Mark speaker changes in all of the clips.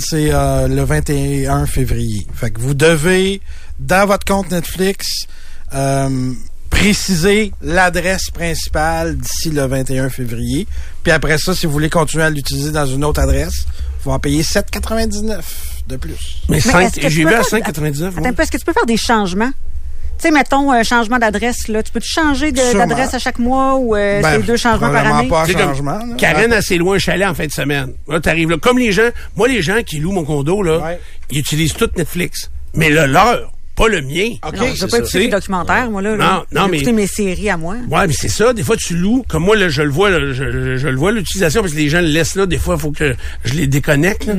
Speaker 1: c'est euh, le 21 février. Fait que vous devez, dans votre compte Netflix, euh, préciser l'adresse principale d'ici le 21 février. Puis après ça, si vous voulez continuer à l'utiliser dans une autre adresse, vous en payer 7,99 de plus.
Speaker 2: Mais,
Speaker 3: Mais
Speaker 2: 5,
Speaker 3: est-ce que
Speaker 2: j'ai
Speaker 3: tu
Speaker 2: vu
Speaker 3: peux
Speaker 2: à
Speaker 3: pas-
Speaker 2: 5,99.
Speaker 3: Attends un peu, est-ce que tu peux faire des changements? Tu sais, mettons, euh, changement d'adresse, là. Tu peux-tu changer de-
Speaker 1: Sûrement.
Speaker 3: d'adresse à chaque mois ou euh,
Speaker 1: Ben,
Speaker 3: c'est deux changements par
Speaker 1: probablement
Speaker 3: année?
Speaker 1: pas
Speaker 2: C'est
Speaker 1: un
Speaker 2: comme
Speaker 1: changement. là.
Speaker 2: Karen a assez loin un chalet en fin de semaine. Là, t'arrives là. Comme les gens, moi, les gens qui louent mon condo, là,
Speaker 1: Ouais.
Speaker 2: ils utilisent tout Netflix. Mais le leur, pas le mien.
Speaker 1: OK.
Speaker 3: Non, je veux
Speaker 2: c'est
Speaker 3: pas
Speaker 2: ça.
Speaker 3: écouter des
Speaker 2: C'est-
Speaker 3: documentaires, moi, là. là.
Speaker 2: Non, non,
Speaker 3: Je veux
Speaker 2: mais-
Speaker 3: écouter mes séries à moi.
Speaker 2: Ouais, mais c'est ça. Des fois, tu loues. Comme moi, là, je le vois, là, je, je- je le vois l'utilisation parce que les gens le laissent là. Des fois, il faut que je les déconnecte. là.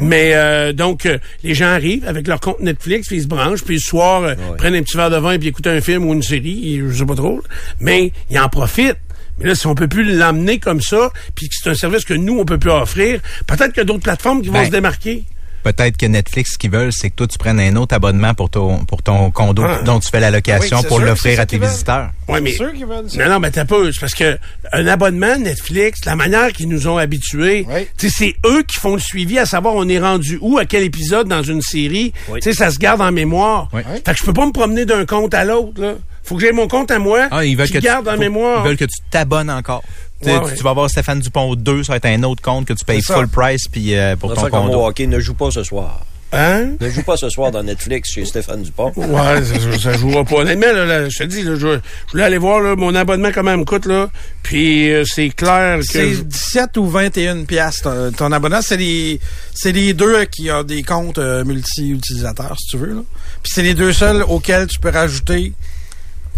Speaker 2: Mais euh, donc, euh, les gens arrivent avec leur compte Netflix, puis ils se branchent, puis le soir, euh, prennent un petit verre de vin, puis écoutent un film ou une série, je sais pas trop. là. Mais ils en profitent. Mais là, si on peut plus l'emmener comme ça, puis que c'est un service que nous, on peut plus offrir, peut-être qu'il y a d'autres plateformes qui vont
Speaker 4: Ben,
Speaker 2: se démarquer.
Speaker 4: Peut-être que Netflix, ce qu'ils veulent, c'est que toi, tu prennes un autre abonnement pour ton, pour ton condo
Speaker 2: Ah.
Speaker 4: dont tu fais la location
Speaker 1: Oui, c'est
Speaker 4: pour
Speaker 1: sûr que c'est
Speaker 4: l'offrir
Speaker 1: ça
Speaker 4: à tes
Speaker 1: qu'ils veulent.
Speaker 4: visiteurs.
Speaker 2: Ouais, mais
Speaker 1: sûr qu'ils veulent ça.
Speaker 2: Non, non, mais t'as pas. C'est parce que un abonnement Netflix, la manière qu'ils nous ont habitués,
Speaker 1: Oui.
Speaker 2: tu sais, c'est eux qui font le suivi à savoir on est rendu où, à quel épisode dans une série. Tu sais, ça se garde en mémoire.
Speaker 4: Oui.
Speaker 2: Fait que je peux pas me promener d'un compte à l'autre. Là. Faut que j'ai mon compte à moi.
Speaker 4: Ah, ils veulent
Speaker 2: qui
Speaker 4: que
Speaker 2: garde
Speaker 4: tu,
Speaker 2: en
Speaker 4: faut-
Speaker 2: mémoire.
Speaker 4: Ils veulent que tu t'abonnes encore. Tu sais,
Speaker 2: Ouais,
Speaker 4: tu-
Speaker 2: ouais.
Speaker 4: Tu vas avoir Stéphane Dupont 2, ça va être un autre compte que tu payes
Speaker 1: C'est ça.
Speaker 4: full price puis euh, pour
Speaker 5: Pour
Speaker 4: ton
Speaker 5: ça, comme au
Speaker 4: condo.
Speaker 5: hockey, ne joue pas ce soir.
Speaker 2: Hein?
Speaker 5: Ne joue pas ce soir dans Netflix chez Stéphane Dupont.
Speaker 2: Ouais, ça, ça jouera pas. Honnêtement, là, là, je te dis, là, je, je voulais aller voir là, mon abonnement comment il me coûte là. Puis euh, c'est clair que.
Speaker 1: C'est 17 ou 21 piastres. Ton, ton abonnement, c'est les, c'est les deux qui ont des comptes euh, multi-utilisateurs, si tu veux. là. Puis c'est les deux seuls auxquels tu peux rajouter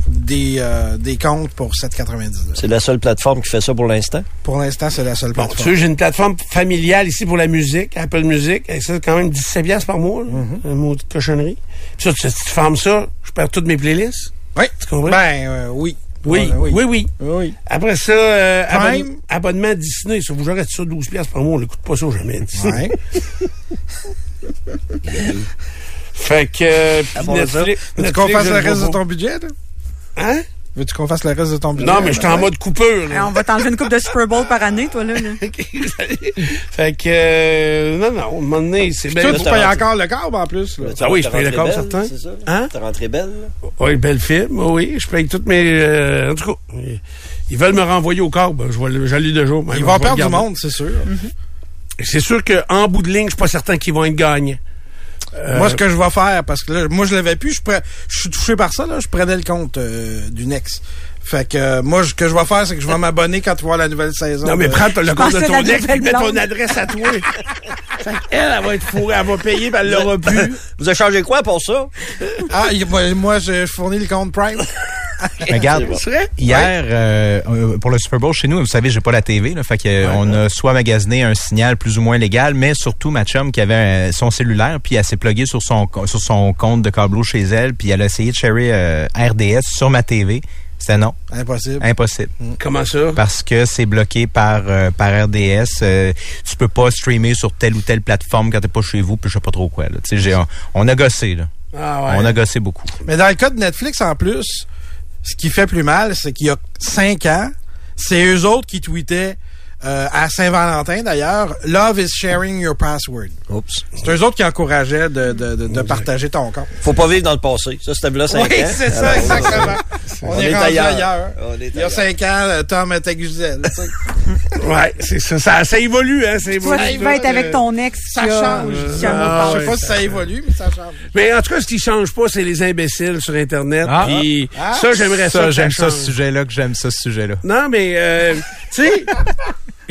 Speaker 1: des, euh, des comptes pour 7,99.
Speaker 5: C'est la seule plateforme qui fait ça pour l'instant.
Speaker 1: Pour l'instant, c'est la seule
Speaker 2: Bon, tu
Speaker 1: plateforme.
Speaker 2: sais, j'ai une plateforme familiale ici pour la musique, Apple Music. Et ça, c'est quand même 17 piastres par mois, là, un mot de cochonnerie. Puis ça, tu, si tu fermes ça, je perds toutes mes playlists.
Speaker 1: oui.
Speaker 2: Tu comprends?
Speaker 1: Ben, euh, oui.
Speaker 2: oui,
Speaker 1: Voilà,
Speaker 2: oui, oui,
Speaker 1: Oui.
Speaker 2: Après ça, euh, abonne-
Speaker 1: Prime.
Speaker 2: abonnement à Disney. Ça vous j'aurais ça 12 piastres par mois. On l'écoute pas ça jamais. Disney.
Speaker 1: Ouais.
Speaker 2: Fait que... euh, puis
Speaker 5: Avant ça,
Speaker 2: Netflix,
Speaker 1: Veux-tu
Speaker 2: Netflix,
Speaker 1: qu'on fasse
Speaker 2: je
Speaker 1: le
Speaker 2: le vois
Speaker 1: reste de
Speaker 2: pas.
Speaker 1: ton budget? là?
Speaker 2: Hein?
Speaker 1: Veux-tu qu'on fasse le reste de ton budget?
Speaker 2: Non, mais je suis en mode coupeur.
Speaker 3: Hein,
Speaker 2: là.
Speaker 3: on va t'enlever une coupe de Super Bowl par année, toi, là. là.
Speaker 2: fait que... euh, non, non, à un moment donné, c'est
Speaker 1: Toi,
Speaker 2: bien...
Speaker 1: tu
Speaker 5: t'as
Speaker 1: payes
Speaker 5: rendu-
Speaker 1: encore le câble en plus. Là.
Speaker 2: Ah oui, je paye le
Speaker 5: d'accord,
Speaker 2: câble, certain.
Speaker 5: C'est ça?
Speaker 2: Hein?
Speaker 5: T'es rentré belle? là?
Speaker 2: Oui, belle film, oui. Je paye toutes mes. euh, en tout cas, ils- ils veulent me renvoyer au corps. Ben, je vais le- je l'ai deux jours.
Speaker 1: Ils vont perdre du monde, c'est sûr.
Speaker 2: C'est sûr qu'en bout de ligne, je suis pas certain qu'ils vont être gagnants. Euh,
Speaker 1: Moi, ce que je vais faire, parce que là, moi, je l'avais plus, je, pre- je suis touché par ça, là, je prenais le compte euh, du Nex. Fait que euh, moi, ce que je vais faire, c'est que je vais m'abonner quand tu vois la nouvelle saison.
Speaker 2: non, mais
Speaker 1: de-
Speaker 2: prends le compte de
Speaker 3: pensais
Speaker 2: ton
Speaker 3: la
Speaker 2: ex et
Speaker 3: nouvelle
Speaker 2: mets ton
Speaker 3: blonde.
Speaker 2: adresse à toi. Fait qu'elle, elle va être fourrée, elle va payer, puis elle l'aura plus.
Speaker 5: Vous avez changé quoi pour ça?
Speaker 1: Ah, il- moi, moi, je fournis le compte Prime.
Speaker 4: Regarde,
Speaker 2: C'est vrai?
Speaker 4: hier, euh, euh, pour le Super Bowl chez nous, vous savez, j'ai pas la TV. Là, fait que, euh, on a soit magasiné un signal plus ou moins légal, mais surtout ma chum qui avait euh, son cellulaire, puis elle s'est pluguée sur son, co- sur son compte de câbleau chez elle, puis elle a essayé de chercher euh, RDS sur ma TV. C'était non,
Speaker 1: Impossible.
Speaker 4: impossible.
Speaker 2: Comment ça?
Speaker 4: parce que c'est bloqué par euh, par RDS. Euh, tu peux pas streamer sur telle ou telle plateforme quand t'es pas chez vous, puis je sais pas trop quoi. Là. Tu sais, j'ai- on, on a gossé là.
Speaker 2: Ah
Speaker 4: On
Speaker 2: ouais.
Speaker 4: a gossé beaucoup.
Speaker 1: Mais dans le cas de Netflix, en plus, ce qui fait plus mal, c'est qu'il y a cinq ans, c'est eux autres qui tweetaient euh, à Saint-Valentin, d'ailleurs, « Love is sharing your password
Speaker 5: Oups. ».
Speaker 1: C'est eux autres qui encourageaient de, de, de, de partager ton compte.
Speaker 5: Faut pas vivre dans le passé. Ça, c'était là 5
Speaker 1: Oui,
Speaker 5: ans.
Speaker 1: c'est
Speaker 5: Alors,
Speaker 1: ça, exactement. On, est, rendu ailleurs.
Speaker 5: On
Speaker 1: Il
Speaker 5: est
Speaker 1: y a
Speaker 5: ailleurs.
Speaker 1: cinq ans, euh, Tom était Guzel. tu sais.
Speaker 2: Ouais, c'est ça, ça. Ça évolue, hein, ça évolue.
Speaker 3: Toi, tu vas être avec ton ex.
Speaker 1: Ça
Speaker 3: qui a-
Speaker 1: change. Euh,
Speaker 3: qui a un
Speaker 2: Ah,
Speaker 3: mot de
Speaker 1: Je sais
Speaker 2: ouais.
Speaker 3: passe.
Speaker 1: pas si ça évolue, mais ça change.
Speaker 2: Mais en tout cas, ce qui change pas, c'est les imbéciles sur Internet.
Speaker 4: Ah.
Speaker 2: Puis ça, j'aimerais ça. que
Speaker 4: j'aime ça
Speaker 2: change.
Speaker 4: ce sujet-là, que j'aime ça ce sujet-là.
Speaker 2: Non, mais euh, tu sais,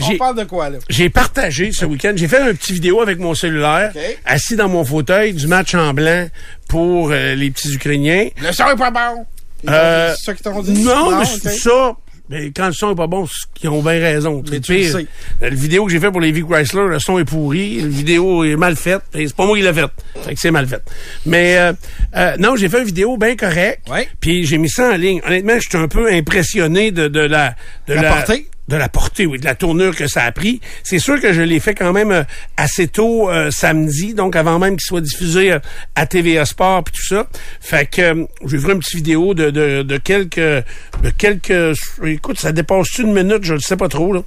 Speaker 1: On
Speaker 2: j'ai
Speaker 1: parle de quoi, là?
Speaker 2: J'ai partagé ce week-end. J'ai fait un petit vidéo avec mon cellulaire,
Speaker 1: OK.
Speaker 2: assis dans mon fauteuil du match en blanc pour euh, les petits Ukrainiens.
Speaker 1: Le son est pas bon. Ils ont-
Speaker 2: Euh,
Speaker 1: c'est ça qu'ils t'ont dit?
Speaker 2: Non, mais
Speaker 1: ok.
Speaker 2: ça, Mais quand le son est pas bon, c'est qu'ils ont bien raison.
Speaker 1: Mais
Speaker 2: C'est
Speaker 1: tu le
Speaker 2: pire.
Speaker 1: sais.
Speaker 2: La vidéo que j'ai fait pour les V Chrysler, le son est pourri, la vidéo est mal faite. et C'est pas moi qui l'ai faite. Fait que c'est mal fait. Mais euh, euh, non, j'ai fait une vidéo bien correcte.
Speaker 1: Ouais.
Speaker 2: Puis j'ai mis ça en ligne. Honnêtement, j'étais un peu impressionné de, de la de
Speaker 1: La portée.
Speaker 2: de la portée, oui, de la tournure que ça a pris. C'est sûr que je l'ai fait quand même euh, assez tôt euh, samedi, donc avant même qu'il soit diffusé euh, à TVA Sport puis tout ça. Fait que euh, j'ai vu une petite vidéo de, de, de quelques de quelques écoute, ça dépasse une minute, je ne sais pas trop là.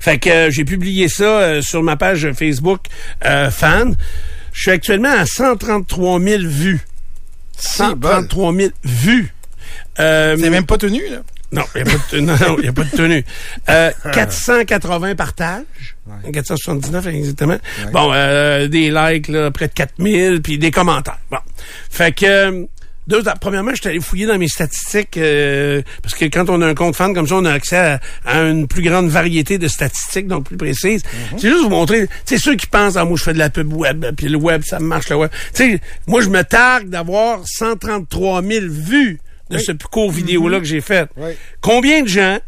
Speaker 2: Fait que euh, j'ai publié ça euh, sur ma page Facebook euh, fan. Je suis actuellement à 133 000 vues.
Speaker 1: C'est bon.
Speaker 2: 133 000 vues. Euh,
Speaker 1: T'es même pas tenu, là.
Speaker 2: non, il n'y a, pas de- non, non, y a pas de tenue. Euh, 480 partages. 479 exactement. Bon, euh, des likes, là, près de 4000, puis des commentaires. Bon. Fait que... euh, Deux, premièrement, je suis allé fouiller dans mes statistiques euh, parce que quand on a un compte fan comme ça, on a accès à, à une plus grande variété de statistiques, donc plus précises. C'est juste vous montrer. Tu sais, ceux qui pensent, ah, moi, je fais de la pub web, puis le web, ça marche, le web. Tu sais, moi, je me targue d'avoir 133 000 vues de ce plus court vidéo-là que j'ai fait.
Speaker 1: Oui.
Speaker 2: Combien de gens,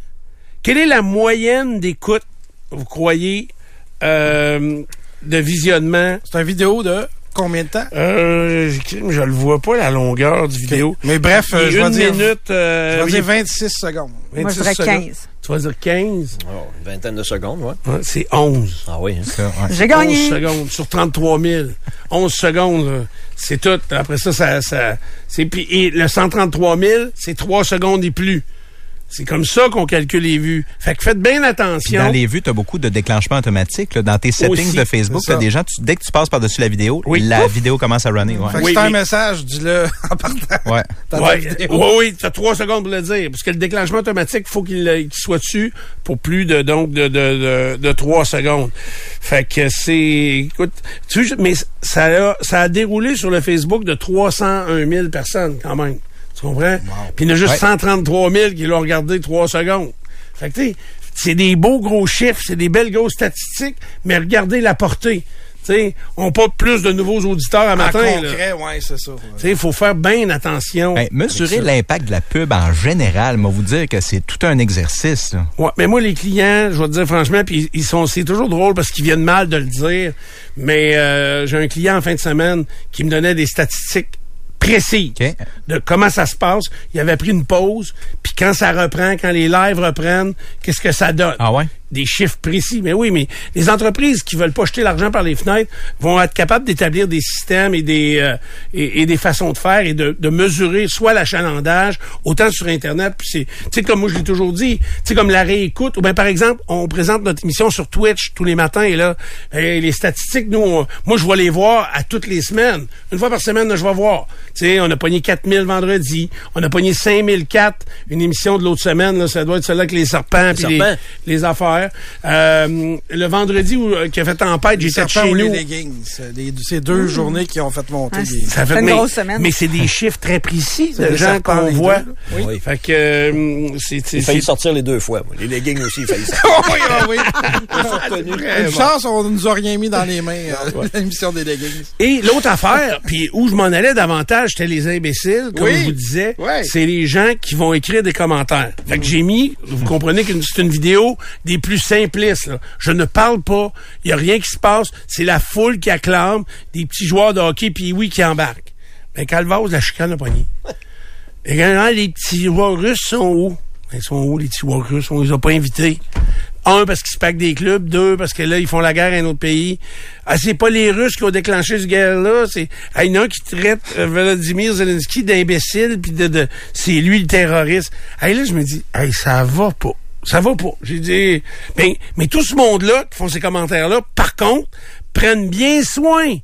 Speaker 2: quelle est la moyenne d'écoute, vous croyez, euh, de visionnement?
Speaker 1: C'est un vidéo de combien de temps?
Speaker 2: Euh, je, je le vois pas, la longueur du vidéo.
Speaker 1: Mais bref, euh,
Speaker 2: Il est
Speaker 1: je vais
Speaker 2: une
Speaker 1: dire,
Speaker 2: minute,
Speaker 1: je
Speaker 2: euh,
Speaker 1: vais
Speaker 2: oui,
Speaker 1: dire 26 secondes.
Speaker 3: Moi, je
Speaker 2: 26
Speaker 3: dirais
Speaker 2: secondes.
Speaker 3: 15.
Speaker 2: Tu vas dire 15?
Speaker 5: Oh, une vingtaine de secondes, ouais.
Speaker 2: Ouais, c'est 11.
Speaker 5: Ah oui. hein.
Speaker 4: Ça, ouais.
Speaker 3: J'ai
Speaker 2: 11
Speaker 3: gagné.
Speaker 2: secondes sur 33 000. 11 secondes, là, c'est tout. Après ça, ça, ça c'est puis et le 133 000, c'est 3 secondes et plus. C'est comme ça qu'on calcule les vues. Fait que faites bien
Speaker 4: Puis
Speaker 2: attention.
Speaker 4: dans les vues, tu as beaucoup de déclenchements automatiques. là. Dans tes settings
Speaker 2: Aussi,
Speaker 4: de Facebook,
Speaker 1: c'est
Speaker 4: tu
Speaker 1: ça.
Speaker 4: as des gens, tu- dès que tu passes par-dessus la vidéo,
Speaker 2: Oui.
Speaker 4: la
Speaker 2: Ouf!
Speaker 4: vidéo commence à runner. Ouais.
Speaker 1: Fait que
Speaker 2: Oui,
Speaker 1: c'est un
Speaker 2: mais-
Speaker 1: message, dis-le en partant.
Speaker 4: Ouais.
Speaker 1: dans ta
Speaker 2: Ouais,
Speaker 1: vidéo.
Speaker 2: oui, oui, tu as trois secondes pour le dire. Parce que le déclenchement automatique, faut qu'il euh, qu'il soit dessus pour plus de donc de, de, de, de trois secondes. Fait que c'est. Écoute, tu sais, mais ça a, ça a déroulé sur le Facebook de 301 000 personnes quand même. Tu comprends? Puis il y en a juste
Speaker 4: Ouais.
Speaker 2: 133 000 qui l'ont regardé trois secondes. Fait que tu sais, c'est des beaux gros chiffres, c'est des belles grosses statistiques, mais regardez la portée. Tu sais, on pas plus de nouveaux auditeurs à
Speaker 1: En
Speaker 2: matin. là.
Speaker 1: concret, ouais, c'est ça.
Speaker 2: Tu sais, faut faire bien attention.
Speaker 4: Ben, mesurer
Speaker 2: Avec ça.
Speaker 4: l'impact de la pub en général, moi vous dire que c'est tout un exercice. là.
Speaker 2: Ouais, mais moi les clients, je vais te dire franchement, puis ils sont c'est toujours drôle parce qu'ils viennent mal de le dire, mais euh, j'ai un client en fin de semaine qui me donnait des statistiques précises
Speaker 4: OK.
Speaker 2: de comment ça se passe. Il avait pris une pause, puis quand ça reprend, quand les lives reprennent, qu'est-ce que ça donne
Speaker 4: Ah ouais?
Speaker 2: Des chiffres précis. Mais oui, mais les entreprises qui veulent pas jeter l'argent par les fenêtres vont être capables d'établir des systèmes et des euh, et, et des façons de faire et de, de mesurer soit l'achalandage autant sur internet puis c'est tu sais comme moi je l'ai toujours dit, tu sais comme la réécoute ou bien par exemple, on présente notre émission sur Twitch tous les matins et là et les statistiques nous on- moi je vais les voir à toutes les semaines. Une fois par semaine, je vais voir. Tu sais, on a pogné 4000 vendredi, on a pogné 5004 une émission de l'autre semaine là, ça doit être celle-là avec les serpents puis les,
Speaker 5: serpents.
Speaker 2: les affaires. Euh, le vendredi où, euh, qui a fait tempête, j'étais
Speaker 1: Serpent
Speaker 2: chez
Speaker 1: ou les
Speaker 2: nous.
Speaker 1: leggings. C'est des- c'est deux journées qui ont fait monter
Speaker 3: Ah,
Speaker 1: les-
Speaker 2: Ça
Speaker 3: C'est une
Speaker 2: mais,
Speaker 3: grosse semaine.
Speaker 2: mais c'est des chiffres très précis de
Speaker 1: des
Speaker 2: gens
Speaker 1: serpents,
Speaker 2: qu'on
Speaker 1: les
Speaker 2: voit.
Speaker 1: deux,
Speaker 5: Oui.
Speaker 2: Fait que euh, c'est c'est-
Speaker 5: Il a failli
Speaker 2: c'est-
Speaker 5: sortir les deux fois. moi. Les leggings aussi, il a failli sortir.
Speaker 1: Oh oui, oh oui. Une
Speaker 2: Vraiment.
Speaker 1: chance, on nous a rien mis dans les mains, euh, l'émission des leggings.
Speaker 2: Et l'autre affaire, puis où je m'en allais davantage, c'était les imbéciles, comme
Speaker 1: Oui.
Speaker 2: je vous disais,
Speaker 1: Ouais.
Speaker 2: c'est les gens qui vont écrire des commentaires. Fait que j'ai mis, vous comprenez que c'est une vidéo des plus simplistes. là. Je ne parle pas, il n'y a rien qui se passe, c'est la foule qui acclame, des petits joueurs de hockey, puis oui, qui embarquent. Ben, Calvaz, la chicane a pogné. Et quand les petits joueurs russes sont où? Ben, Ils sont où, les petits joueurs russes? On les a pas invités. Un, parce qu'ils se packent des clubs. Deux, parce que là, ils font la guerre à un autre pays. Ah, c'est pas les Russes qui ont déclenché cette guerre-là. C'est, ah, il y en a un qui traite euh, Volodymyr Zelensky d'imbécile, puis de, de, c'est lui le terroriste. Ah, et là, je me dis, hey, ça va pas. Ça va pas. J'ai dit, ben, mais tout ce monde-là qui font ces commentaires-là, par contre, prennent bien soin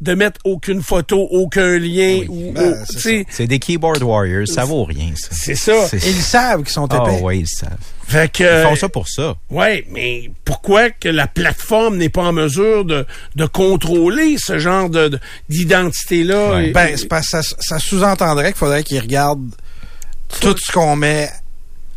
Speaker 2: de mettre aucune photo, aucun lien, ou,
Speaker 1: ben,
Speaker 2: ou-
Speaker 1: c'est
Speaker 2: tu sais,
Speaker 4: C'est des keyboard warriors, ça vaut rien ça.
Speaker 2: c'est ça.
Speaker 4: C'est-
Speaker 1: Ils savent qu'ils sont
Speaker 4: Ah
Speaker 1: épais.
Speaker 4: ouais, ils le savent.
Speaker 2: Fait que,
Speaker 4: Ils font ça pour ça.
Speaker 2: ouais, mais pourquoi que la plateforme n'est pas en mesure de, de contrôler ce genre de de- d'identité-là?
Speaker 4: Ouais.
Speaker 2: Et-
Speaker 1: Ben, c'est parce que ça, ça sous-entendrait qu'il faudrait qu'ils regardent tout ce qu'on met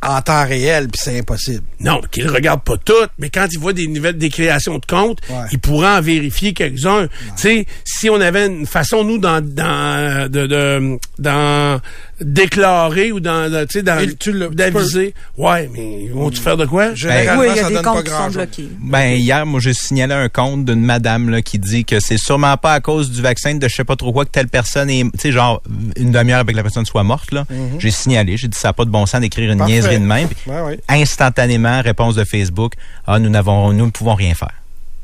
Speaker 1: en temps réel, puis c'est impossible.
Speaker 2: non, qu'ils ne regardent pas toutes, mais quand ils voient des nouvelles des créations de comptes,
Speaker 1: Ouais.
Speaker 2: ils pourraient en vérifier quelques-uns. Tu sais, si on avait une façon, nous, dans, dans, de, de- dans déclaré ou dans, le- tu sais, dans,
Speaker 1: Il- tu le- tu
Speaker 2: d'aviser. Ouais, mais ils vont-tu faire de quoi? Ben,
Speaker 1: Généralement,
Speaker 3: Oui, il y a
Speaker 1: ça
Speaker 3: des
Speaker 1: donne
Speaker 3: comptes
Speaker 1: pas
Speaker 3: qui sont
Speaker 1: grand-chose.
Speaker 3: bloqués.
Speaker 4: Ben, hier, moi, j'ai signalé un compte d'une madame là, qui dit que c'est sûrement pas à cause du vaccin de je sais pas trop quoi que telle personne est, tu sais, genre, une demi-heure avec la personne soit morte. là.
Speaker 2: Mhm.
Speaker 4: J'ai signalé, j'ai dit ça n'a pas de bon sens d'écrire une
Speaker 1: Parfait.
Speaker 4: niaiserie de même. Puis,
Speaker 1: Ouais, ouais.
Speaker 4: Instantanément, réponse de Facebook, ah, nous n'avons, nous ne pouvons rien faire.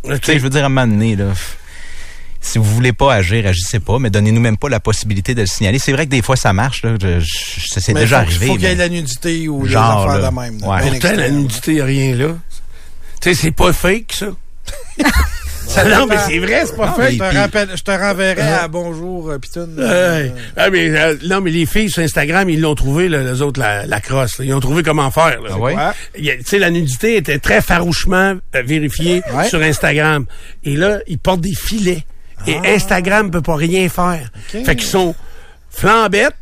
Speaker 2: Ok.
Speaker 4: Tu sais, je veux dire, à un moment donné, là, pff, si vous voulez pas agir, agissez pas, mais donnez-nous même pas la possibilité de le signaler. C'est vrai que des fois, ça marche, là, je- je- c'est
Speaker 1: Mais
Speaker 4: déjà
Speaker 1: faut,
Speaker 4: arrivé.
Speaker 1: Faut qu'il y ait
Speaker 4: mais-
Speaker 1: la nudité ou
Speaker 4: Genre,
Speaker 1: les
Speaker 4: là.
Speaker 1: affaires de même. là.
Speaker 4: Ouais.
Speaker 1: Bien
Speaker 2: Pourtant, la
Speaker 1: extrême.
Speaker 2: nudité, y a rien là. Tu sais, c'est pas fake, ça. ça non, mais c'est vrai, c'est pas
Speaker 1: Non,
Speaker 2: fake.
Speaker 1: mais je, te
Speaker 2: Puis-
Speaker 1: rappelle- je te renverrai à Bonjour euh, Pitoune.
Speaker 2: Ouais. Ah, mais, euh, non, mais les filles sur Instagram, ils l'ont trouvé, là, les autres, la, la crosse. là. Ils ont trouvé comment faire. là.
Speaker 4: Ah ouais?
Speaker 2: Il y a- Tu sais, la nudité était très farouchement euh, vérifiée
Speaker 1: Ouais.
Speaker 2: sur Instagram. Et là, ils portent des filets. Et Instagram peut pas rien faire.
Speaker 1: Ok.
Speaker 2: Fait qu'ils sont flambettes,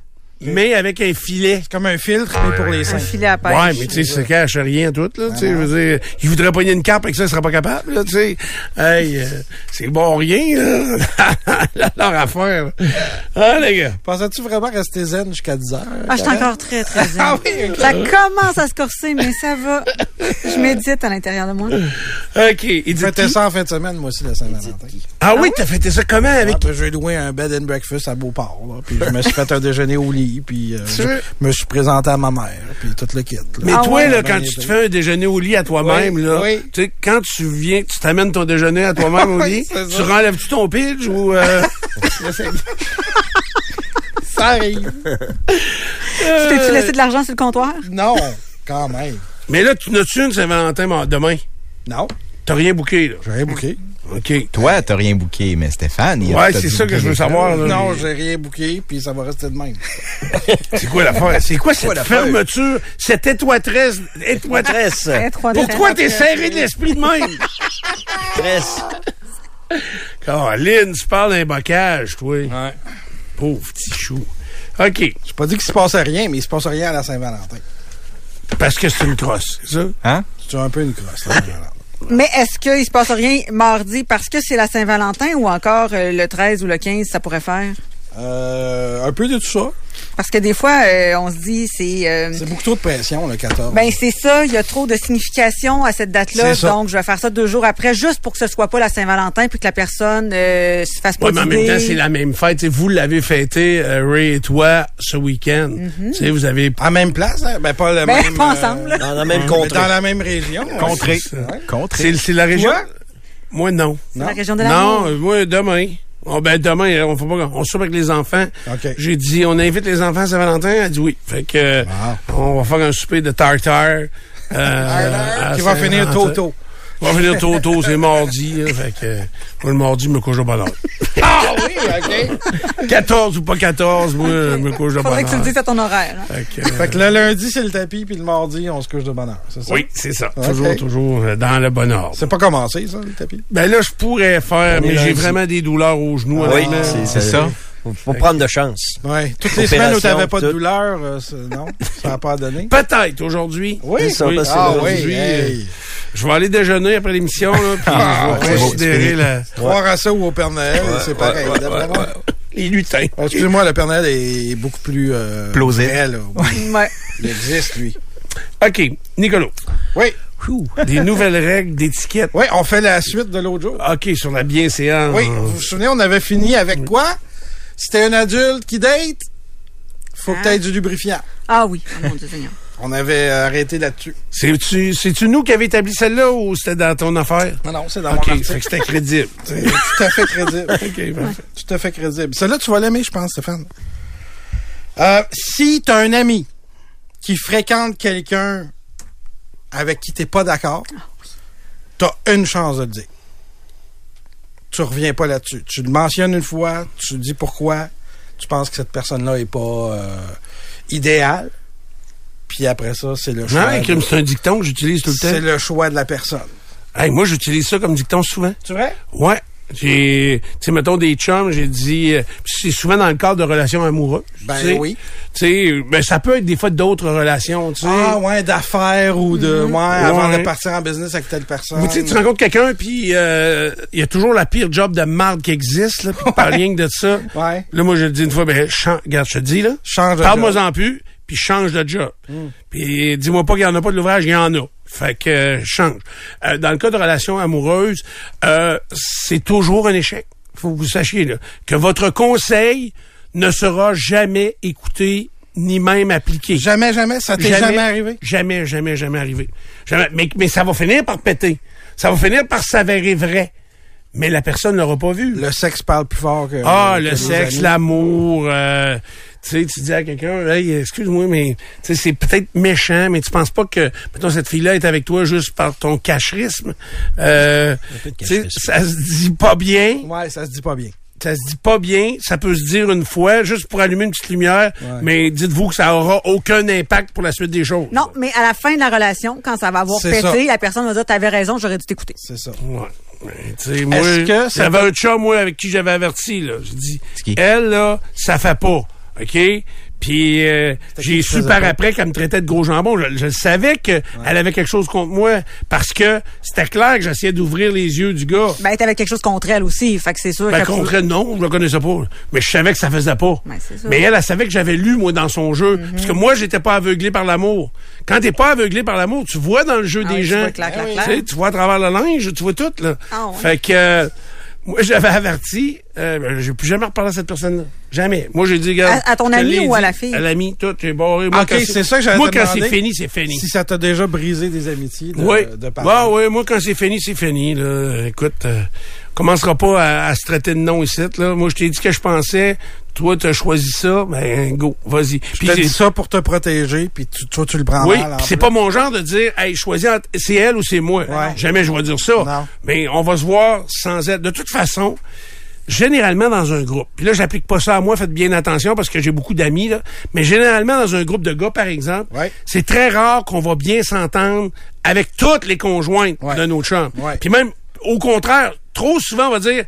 Speaker 2: mais avec un filet.
Speaker 1: C'est comme un filtre, mais pour les seins.
Speaker 3: Un filet à pêche.
Speaker 2: Ouais, mais tu sais, ça cache rien tout, là, tu sais, je veux dire, il voudrait pogner une cape avec ça, il serait pas capable, là, tu sais. Hey, euh, c'est bon rien, là, leur affaire. Ah, les gars.
Speaker 1: Pensais-tu vraiment rester zen jusqu'à 10 heures?
Speaker 3: Ah, je suis encore très, très zen.
Speaker 2: Ah oui, ok.
Speaker 3: Ça commence à se corser, mais ça va. Je médite à l'intérieur de moi.
Speaker 2: OK. Edith
Speaker 1: Je fêtais
Speaker 2: Keith.
Speaker 1: ça en fin de semaine, moi aussi, la Saint-Valentin.
Speaker 2: Ah oui, t'as fêté ça comment avec...
Speaker 1: Ouais, puis Ah, ben, J'ai loué un bed and breakfast à Beauport. Là, puis je me suis fait un déjeuner au lit. Puis euh,
Speaker 2: Tu
Speaker 1: je
Speaker 2: veux?
Speaker 1: me suis présenté à ma mère. Puis toute le kit. là.
Speaker 2: Mais
Speaker 3: Ah
Speaker 2: toi,
Speaker 3: ouais,
Speaker 2: là,
Speaker 1: ben,
Speaker 2: quand
Speaker 1: ben,
Speaker 2: tu te
Speaker 1: ben.
Speaker 2: fais un déjeuner au lit à toi-même,
Speaker 1: Oui,
Speaker 2: là,
Speaker 1: oui.
Speaker 2: tu sais, quand tu viens, tu t'amènes ton déjeuner à toi-même au
Speaker 1: Oui,
Speaker 2: lit,
Speaker 1: c'est
Speaker 2: tu
Speaker 1: ça.
Speaker 2: renlèves-tu ton pitch ou... euh,
Speaker 1: ça arrive.
Speaker 3: Tu t'es-tu laissé de l'argent sur le comptoir?
Speaker 1: Non, quand même. mais
Speaker 2: Mais là, tu n'as-tu une Saint-Valentin ma- demain?
Speaker 1: Non,
Speaker 2: T'as rien booké, là.
Speaker 1: j'ai rien bouqué.
Speaker 2: OK.
Speaker 4: Toi, t'as rien bouqué, mais Stéphane, il a
Speaker 2: Ouais,
Speaker 4: peut-être
Speaker 2: c'est ça que
Speaker 4: booké
Speaker 2: je veux
Speaker 4: des-
Speaker 2: savoir. là.
Speaker 1: Non, j'ai rien bouqué, puis ça va rester de même.
Speaker 2: C'est quoi l'affaire? C'est quoi cette fermeture, cette étoitresse, étoitresse?
Speaker 3: Étroitesse.
Speaker 2: Pourquoi t'es serré de l'esprit de même?
Speaker 5: Stress.
Speaker 2: Caroline, tu parles d'un bocage, toi. Ouais. Pauvre petit chou. OK.
Speaker 1: J'ai pas dit qu'il se passait rien, mais il se passe rien à la Saint-Valentin.
Speaker 2: Parce que c'est une crosse, c'est ça?
Speaker 4: Hein?
Speaker 1: C'est un peu une crosse, la Saint-Valentin.
Speaker 3: Mais est-ce qu'il se passe rien mardi parce que c'est la Saint-Valentin ou encore euh, le 13 ou le 15, ça pourrait faire?
Speaker 1: Euh, un peu de tout ça.
Speaker 3: Parce que des fois, euh, on se dit, c'est... euh,
Speaker 1: C'est beaucoup trop de pression, le 14.
Speaker 3: ben c'est ça, il y a trop de signification à cette date-là,
Speaker 1: C'est ça.
Speaker 3: donc je vais faire ça deux jours après, juste pour que ce soit pas la Saint-Valentin, puis que la personne euh, se fasse pas
Speaker 2: Oui, mais en même
Speaker 3: d'idée.
Speaker 2: temps, c'est la même fête. Tu sais, vous l'avez fêté, euh, Ray et toi, ce week-end. Tu sais, vous avez...
Speaker 1: à même place, hein? ben pas le
Speaker 3: Ben,
Speaker 1: même.
Speaker 3: pas
Speaker 1: euh,
Speaker 3: ensemble, là.
Speaker 5: Dans la même
Speaker 1: mais
Speaker 5: contrée.
Speaker 1: dans la même région. ouais.
Speaker 4: Contré.
Speaker 2: c'est ça.
Speaker 4: Contré.
Speaker 2: C'est c'est la région... Moi, non.
Speaker 3: C'est la région de la
Speaker 2: Non, euh, moi, demain. Oh, ben, demain, on fait pas, on soupe avec les enfants.
Speaker 1: OK.
Speaker 2: J'ai dit, on invite les enfants à Saint-Valentin. Elle dit oui. Fait que, euh, on va faire un souper de tartare. euh,
Speaker 1: Ah, qui
Speaker 2: à
Speaker 1: va finir
Speaker 2: Saint-Valentin.
Speaker 1: Toto.
Speaker 2: On va finir tôt tôt, c'est mardi. là. fait que, euh, moi, le mardi, je me couche au bonheur.
Speaker 1: Ah oui, OK.
Speaker 2: 14 ou pas 14, moi, je me couche au bonheur.
Speaker 3: Faudrait que tu le dises à ton horaire. hein.
Speaker 2: Fait que, euh,
Speaker 1: fait que le lundi, c'est le tapis, puis le mardi, on se couche de bonne heure. C'est ça?
Speaker 2: oui, c'est ça.
Speaker 1: OK.
Speaker 2: Toujours, toujours euh, dans le bonheur.
Speaker 1: C'est pas commencé, ça, le tapis?
Speaker 2: Ben là, je pourrais faire, mais j'ai vraiment des douleurs aux genoux.
Speaker 1: Ah
Speaker 5: Oui,
Speaker 2: honnêtement.
Speaker 4: C'est
Speaker 1: Euh,
Speaker 4: ça.
Speaker 5: Faut, faut prendre de chance.
Speaker 1: Oui. Toutes les
Speaker 5: Opération,
Speaker 1: semaines où t'avais pas de
Speaker 5: tout.
Speaker 1: douleur, euh, c'est- non, ça n'a pas donné.
Speaker 2: Peut-être aujourd'hui.
Speaker 1: Oui,
Speaker 5: C'est ça,
Speaker 1: oui.
Speaker 5: parce que
Speaker 1: Ah oui,
Speaker 5: aujourd'hui,
Speaker 1: hey.
Speaker 2: euh,
Speaker 1: Ah,
Speaker 2: Je vais aller déjeuner après l'émission, là, puis je vais
Speaker 4: c'est beau, c'est
Speaker 2: considérer
Speaker 4: fini.
Speaker 2: la-
Speaker 1: Croire à ça ou au Père Noël, c'est pareil. d'après moi.
Speaker 2: les lutins.
Speaker 1: Ah, Excusez-moi, le Père Noël est beaucoup plus... Euh,
Speaker 4: Plausible.
Speaker 1: vrai, là.
Speaker 3: hein. Ouais.
Speaker 1: Il existe, lui.
Speaker 2: OK, Nicolas.
Speaker 1: Oui,
Speaker 2: Des nouvelles règles d'étiquette.
Speaker 1: oui, on fait la suite de l'autre jour.
Speaker 2: OK, sur la bienséance.
Speaker 1: Oui, vous vous souvenez, on avait fini avec quoi? C'était un adulte qui date, faut que
Speaker 3: Ah.
Speaker 1: t'aies du lubrifiant.
Speaker 3: Ah oui, oh, mon Dieu Seigneur.
Speaker 1: On avait euh, arrêté là-dessus.
Speaker 2: C'est-tu, c'est-tu nous qui avons établi celle-là ou c'était dans ton affaire?
Speaker 1: Non, non, c'est dans
Speaker 2: OK,
Speaker 1: mon
Speaker 2: fait que
Speaker 1: article.
Speaker 2: c'était crédible.
Speaker 1: Tout à fait crédible.
Speaker 2: OK, parfait.
Speaker 1: Tout à fait crédible. Celle-là, tu vas l'aimer, je pense, Stéphane. Euh, si t'as un ami qui fréquente quelqu'un avec qui t'es pas d'accord, t'as une chance de le dire. Tu reviens pas là-dessus. Tu le mentionnes une fois, tu dis pourquoi, tu penses que cette personne-là est pas euh, idéale, puis après ça, c'est le
Speaker 2: Non,
Speaker 1: choix.
Speaker 2: hey,
Speaker 1: de-
Speaker 2: crime, Hein, c'est un dicton que j'utilise tout le
Speaker 1: c'est
Speaker 2: temps.
Speaker 1: le choix de la personne.
Speaker 2: Hey, moi, j'utilise ça comme dicton souvent.
Speaker 1: Tu vrai?
Speaker 2: Ouais. J'ai, tu sais, mettons des chums, j'ai dit, euh, puis c'est souvent dans le cadre de relations amoureuses.
Speaker 1: Ben
Speaker 2: tu sais.
Speaker 1: oui.
Speaker 2: Tu sais, mais ça peut être des fois d'autres relations, tu sais. Mhm.
Speaker 1: Ah ouais, d'affaires ou de ouais, avant
Speaker 2: Ouais.
Speaker 1: de partir en business avec telle personne.
Speaker 2: Ou tu sais, tu rencontres quelqu'un, puis euh, il y a toujours la pire job de marde qui existe, là, puis tu parles rien que de ça.
Speaker 1: Ouais.
Speaker 2: Là, moi, je le dis une fois, ben, chan- regarde, je te dis, là,
Speaker 1: Change de Hmm.
Speaker 2: parle-moi-en plus, puis change de job. Puis dis-moi pas qu'il y en a pas de l'ouvrage, il y en a. Fait que euh, change. Euh, dans le cas de relations amoureuses, euh, c'est toujours un échec. Faut que vous sachiez là, que votre conseil ne sera jamais écouté ni même appliqué.
Speaker 1: Jamais, jamais, ça t'est jamais, arrivé.
Speaker 2: Jamais, jamais, jamais arrivé. Jamais. Mais, mais ça va finir par péter. Ça va finir par s'avérer vrai. Mais la personne l'aura pas vu.
Speaker 1: Le euh, sexe parle plus fort que.
Speaker 2: ah,
Speaker 1: que
Speaker 2: le
Speaker 1: nos
Speaker 2: sexe,
Speaker 1: amis.
Speaker 2: l'amour. euh, tu sais, tu dis à quelqu'un, hey, excuse-moi, mais tu sais, c'est peut-être méchant, mais tu penses pas que, mettons, cette fille-là est avec toi juste par ton cacherisme. Euh, tu sais, ça se dit pas bien
Speaker 1: Ouais, ça se dit pas bien.
Speaker 2: ça se dit pas bien, ça peut se dire une fois, juste pour allumer une petite lumière, mais dites-vous que ça aura aucun impact pour la suite des choses.
Speaker 3: Non, mais à la fin de la relation, quand ça va avoir
Speaker 1: C'est
Speaker 3: pété,
Speaker 1: ça.
Speaker 3: la personne va dire T'avais raison, j'aurais dû t'écouter.
Speaker 1: C'est ça.
Speaker 2: Ouais. Mais, tu sais, moi,
Speaker 1: que ça
Speaker 2: j'avais un chum, moi, avec qui j'avais averti, là. J'ai dit,
Speaker 4: C'est qui?
Speaker 2: elle, là, ça fait pas. OK? Puis, euh, j'ai su
Speaker 1: faisait
Speaker 2: par
Speaker 1: pas?
Speaker 2: après qu'elle me traitait de gros jambon. Je, je le savais qu'elle avait quelque chose contre moi parce que c'était clair que j'essayais d'ouvrir les yeux du gars.
Speaker 3: Ben, t'avais quelque chose contre elle aussi. Fait que c'est sûr
Speaker 2: Ben,
Speaker 3: que-
Speaker 2: concret, non, je le connaissais pas. Mais je savais que ça faisait pas.
Speaker 3: Ben, c'est Mhm. ça.
Speaker 2: mais elle, elle savait que j'avais lu, moi, dans son jeu. Parce que moi, j'étais pas aveuglé par l'amour. Quand t'es pas aveuglé par l'amour, tu vois dans le jeu
Speaker 3: Ah
Speaker 2: des
Speaker 3: oui, tu
Speaker 2: gens.
Speaker 3: vois clair, clair,
Speaker 2: Tu
Speaker 3: clair.
Speaker 2: sais, Tu vois à travers le linge, tu vois tout, là.
Speaker 3: Ah ouais.
Speaker 2: Fait que, euh, moi, j'avais averti, euh, ben, j'ai plus jamais reparlé à cette personne-là. Jamais. Moi, j'ai dit, regarde.
Speaker 3: À- à ton
Speaker 2: je te
Speaker 3: ami
Speaker 2: l'ai
Speaker 3: ou à
Speaker 2: dit.
Speaker 3: la fille?
Speaker 2: À l'ami, tout, j'ai barré. Moi,
Speaker 1: Ok,
Speaker 2: quand
Speaker 1: c'est ça que j'allais
Speaker 2: Ah, Moi,
Speaker 1: te
Speaker 2: quand c'est
Speaker 1: demander.
Speaker 2: fini, c'est fini.
Speaker 1: Si ça t'a déjà brisé des amitiés de,
Speaker 2: Oui.
Speaker 1: de parler.
Speaker 2: bah oui, moi quand c'est fini, c'est fini. Là. Écoute, euh, on commencera pas à, à se traiter de nom ici. Là. Moi, je t'ai dit ce que je pensais. Toi, t'as choisi ça. Ben, go, vas-y. Puis
Speaker 1: Je te
Speaker 2: c'est-
Speaker 1: dis ça pour te protéger, puis tu, toi, tu le prends
Speaker 2: oui,
Speaker 1: mal. en
Speaker 2: puis c'est
Speaker 1: plus.
Speaker 2: pas mon genre de dire, hey, choisis entre- c'est elle ou c'est moi.
Speaker 1: Ouais.
Speaker 2: Jamais je vais dire ça.
Speaker 1: Non.
Speaker 2: Mais on va se voir sans être. De toute façon, généralement dans un groupe. Puis là, j'applique pas ça à moi. Faites bien attention parce que j'ai beaucoup d'amis là. Mais généralement dans un groupe de gars, par exemple,
Speaker 1: Ouais.
Speaker 2: c'est très rare qu'on va bien s'entendre avec toutes les conjointes
Speaker 1: Ouais.
Speaker 2: de nos chums.
Speaker 1: Ouais.
Speaker 2: Puis même, au contraire, trop souvent on va dire.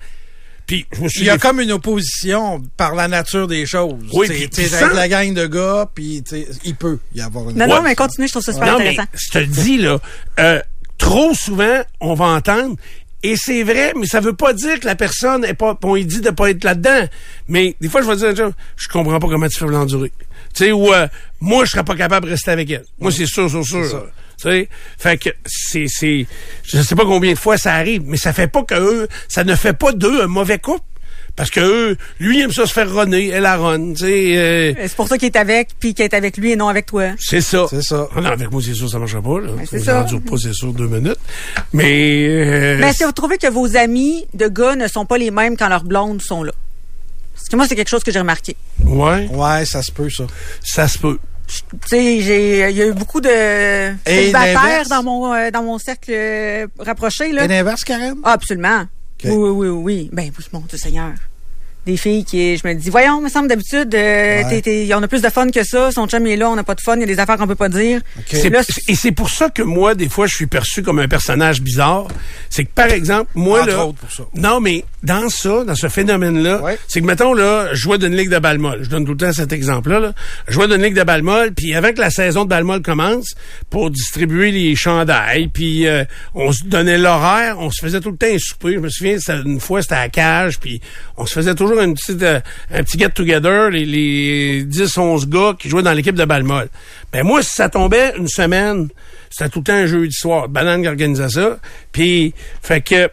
Speaker 2: Puis je me suis
Speaker 1: Il y a
Speaker 2: des-
Speaker 1: comme une opposition par la nature des choses.
Speaker 2: Oui,
Speaker 1: T'sais,
Speaker 2: puis-
Speaker 1: t'sais,
Speaker 2: puis
Speaker 1: avec
Speaker 2: sans-
Speaker 1: la gang de gars, puis t'sais, il peut y avoir une.
Speaker 3: Non, non,
Speaker 2: Ouais.
Speaker 3: mais continue, je trouve ça super
Speaker 2: Non, mais
Speaker 3: intéressant.
Speaker 2: je te le dis, là, euh, trop souvent, on va entendre, et c'est vrai, mais ça veut pas dire que la personne est pas, on lui dit de pas être là-dedans. Mais des fois, je vais dire, à un chum, je comprends pas comment tu fais pour l'endurer. Tu sais, ou, euh, moi, je serais pas capable de rester avec elle. Moi, c'est sûr, sûr, sûr. là. Tu sais, fait que c'est, c'est, je sais pas combien de fois ça arrive, mais ça fait pas que eux, ça ne fait pas d'eux un mauvais couple. Parce que eux, lui, il aime ça se faire runner, elle la run, tu sais, euh,
Speaker 3: C'est pour ça qu'il est avec, puis qu'il est avec lui et non avec toi.
Speaker 2: c'est ça.
Speaker 1: C'est ça.
Speaker 2: Ah non, avec moi, c'est sûr, ça marchera pas. Là.
Speaker 3: Ben, c'est
Speaker 2: Ça
Speaker 3: ça. Ben,
Speaker 2: dure pas, c'est sûr, deux minutes. Mais... euh,
Speaker 3: Mais est-ce que vous trouvez que vos amis de gars ne sont pas les mêmes quand leurs blondes sont là? Parce que moi, c'est quelque chose que j'ai remarqué.
Speaker 2: ouais,
Speaker 1: Ouais, ça se peut, ça.
Speaker 2: ça se peut.
Speaker 3: Tu sais, j'ai- il y a eu beaucoup de
Speaker 1: Et
Speaker 3: célibataires
Speaker 1: l'inverse?
Speaker 3: dans mon, euh, dans mon cercle euh, rapproché, là.
Speaker 1: Et l'inverse, Karen?
Speaker 3: Ah, absolument.
Speaker 1: Ok.
Speaker 3: Oui, oui, oui, oui. Ben oui, mon Dieu Seigneur. Des filles qui, je me dis, voyons, me semble d'habitude, euh,
Speaker 1: Ouais.
Speaker 3: t'es- t'es- on a plus de fun que ça. Son chum il est là, on n'a pas de fun, il y a des affaires qu'on peut pas dire.
Speaker 2: C'est-
Speaker 3: Ben, Là,
Speaker 2: et c'est pour ça que moi, des fois, je suis perçu comme un personnage bizarre. C'est que, par exemple, moi,
Speaker 1: Entre
Speaker 2: là...
Speaker 1: autres pour ça.
Speaker 2: Non, mais dans ça, dans ce phénomène-là,
Speaker 1: Ouais.
Speaker 2: c'est que, mettons, là, je jouais d'une ligue de balle molle. Je donne tout le temps cet exemple-là. Là. Je jouais d'une ligue de balle molle, puis avant que la saison de balle molle commence, pour distribuer les chandails, puis euh, on se donnait l'horaire, on se faisait tout le temps un souper. Je me souviens, c'était une fois, c'était à la cage, puis on se faisait toujours une petite, euh, un petit get-together, les, les 10-11 gars qui jouaient dans l'équipe de balle molle. Ben moi, si ça tombait une semaine, c'était tout le temps un jeudi soir. Banane qui organisait ça. Puis, fait que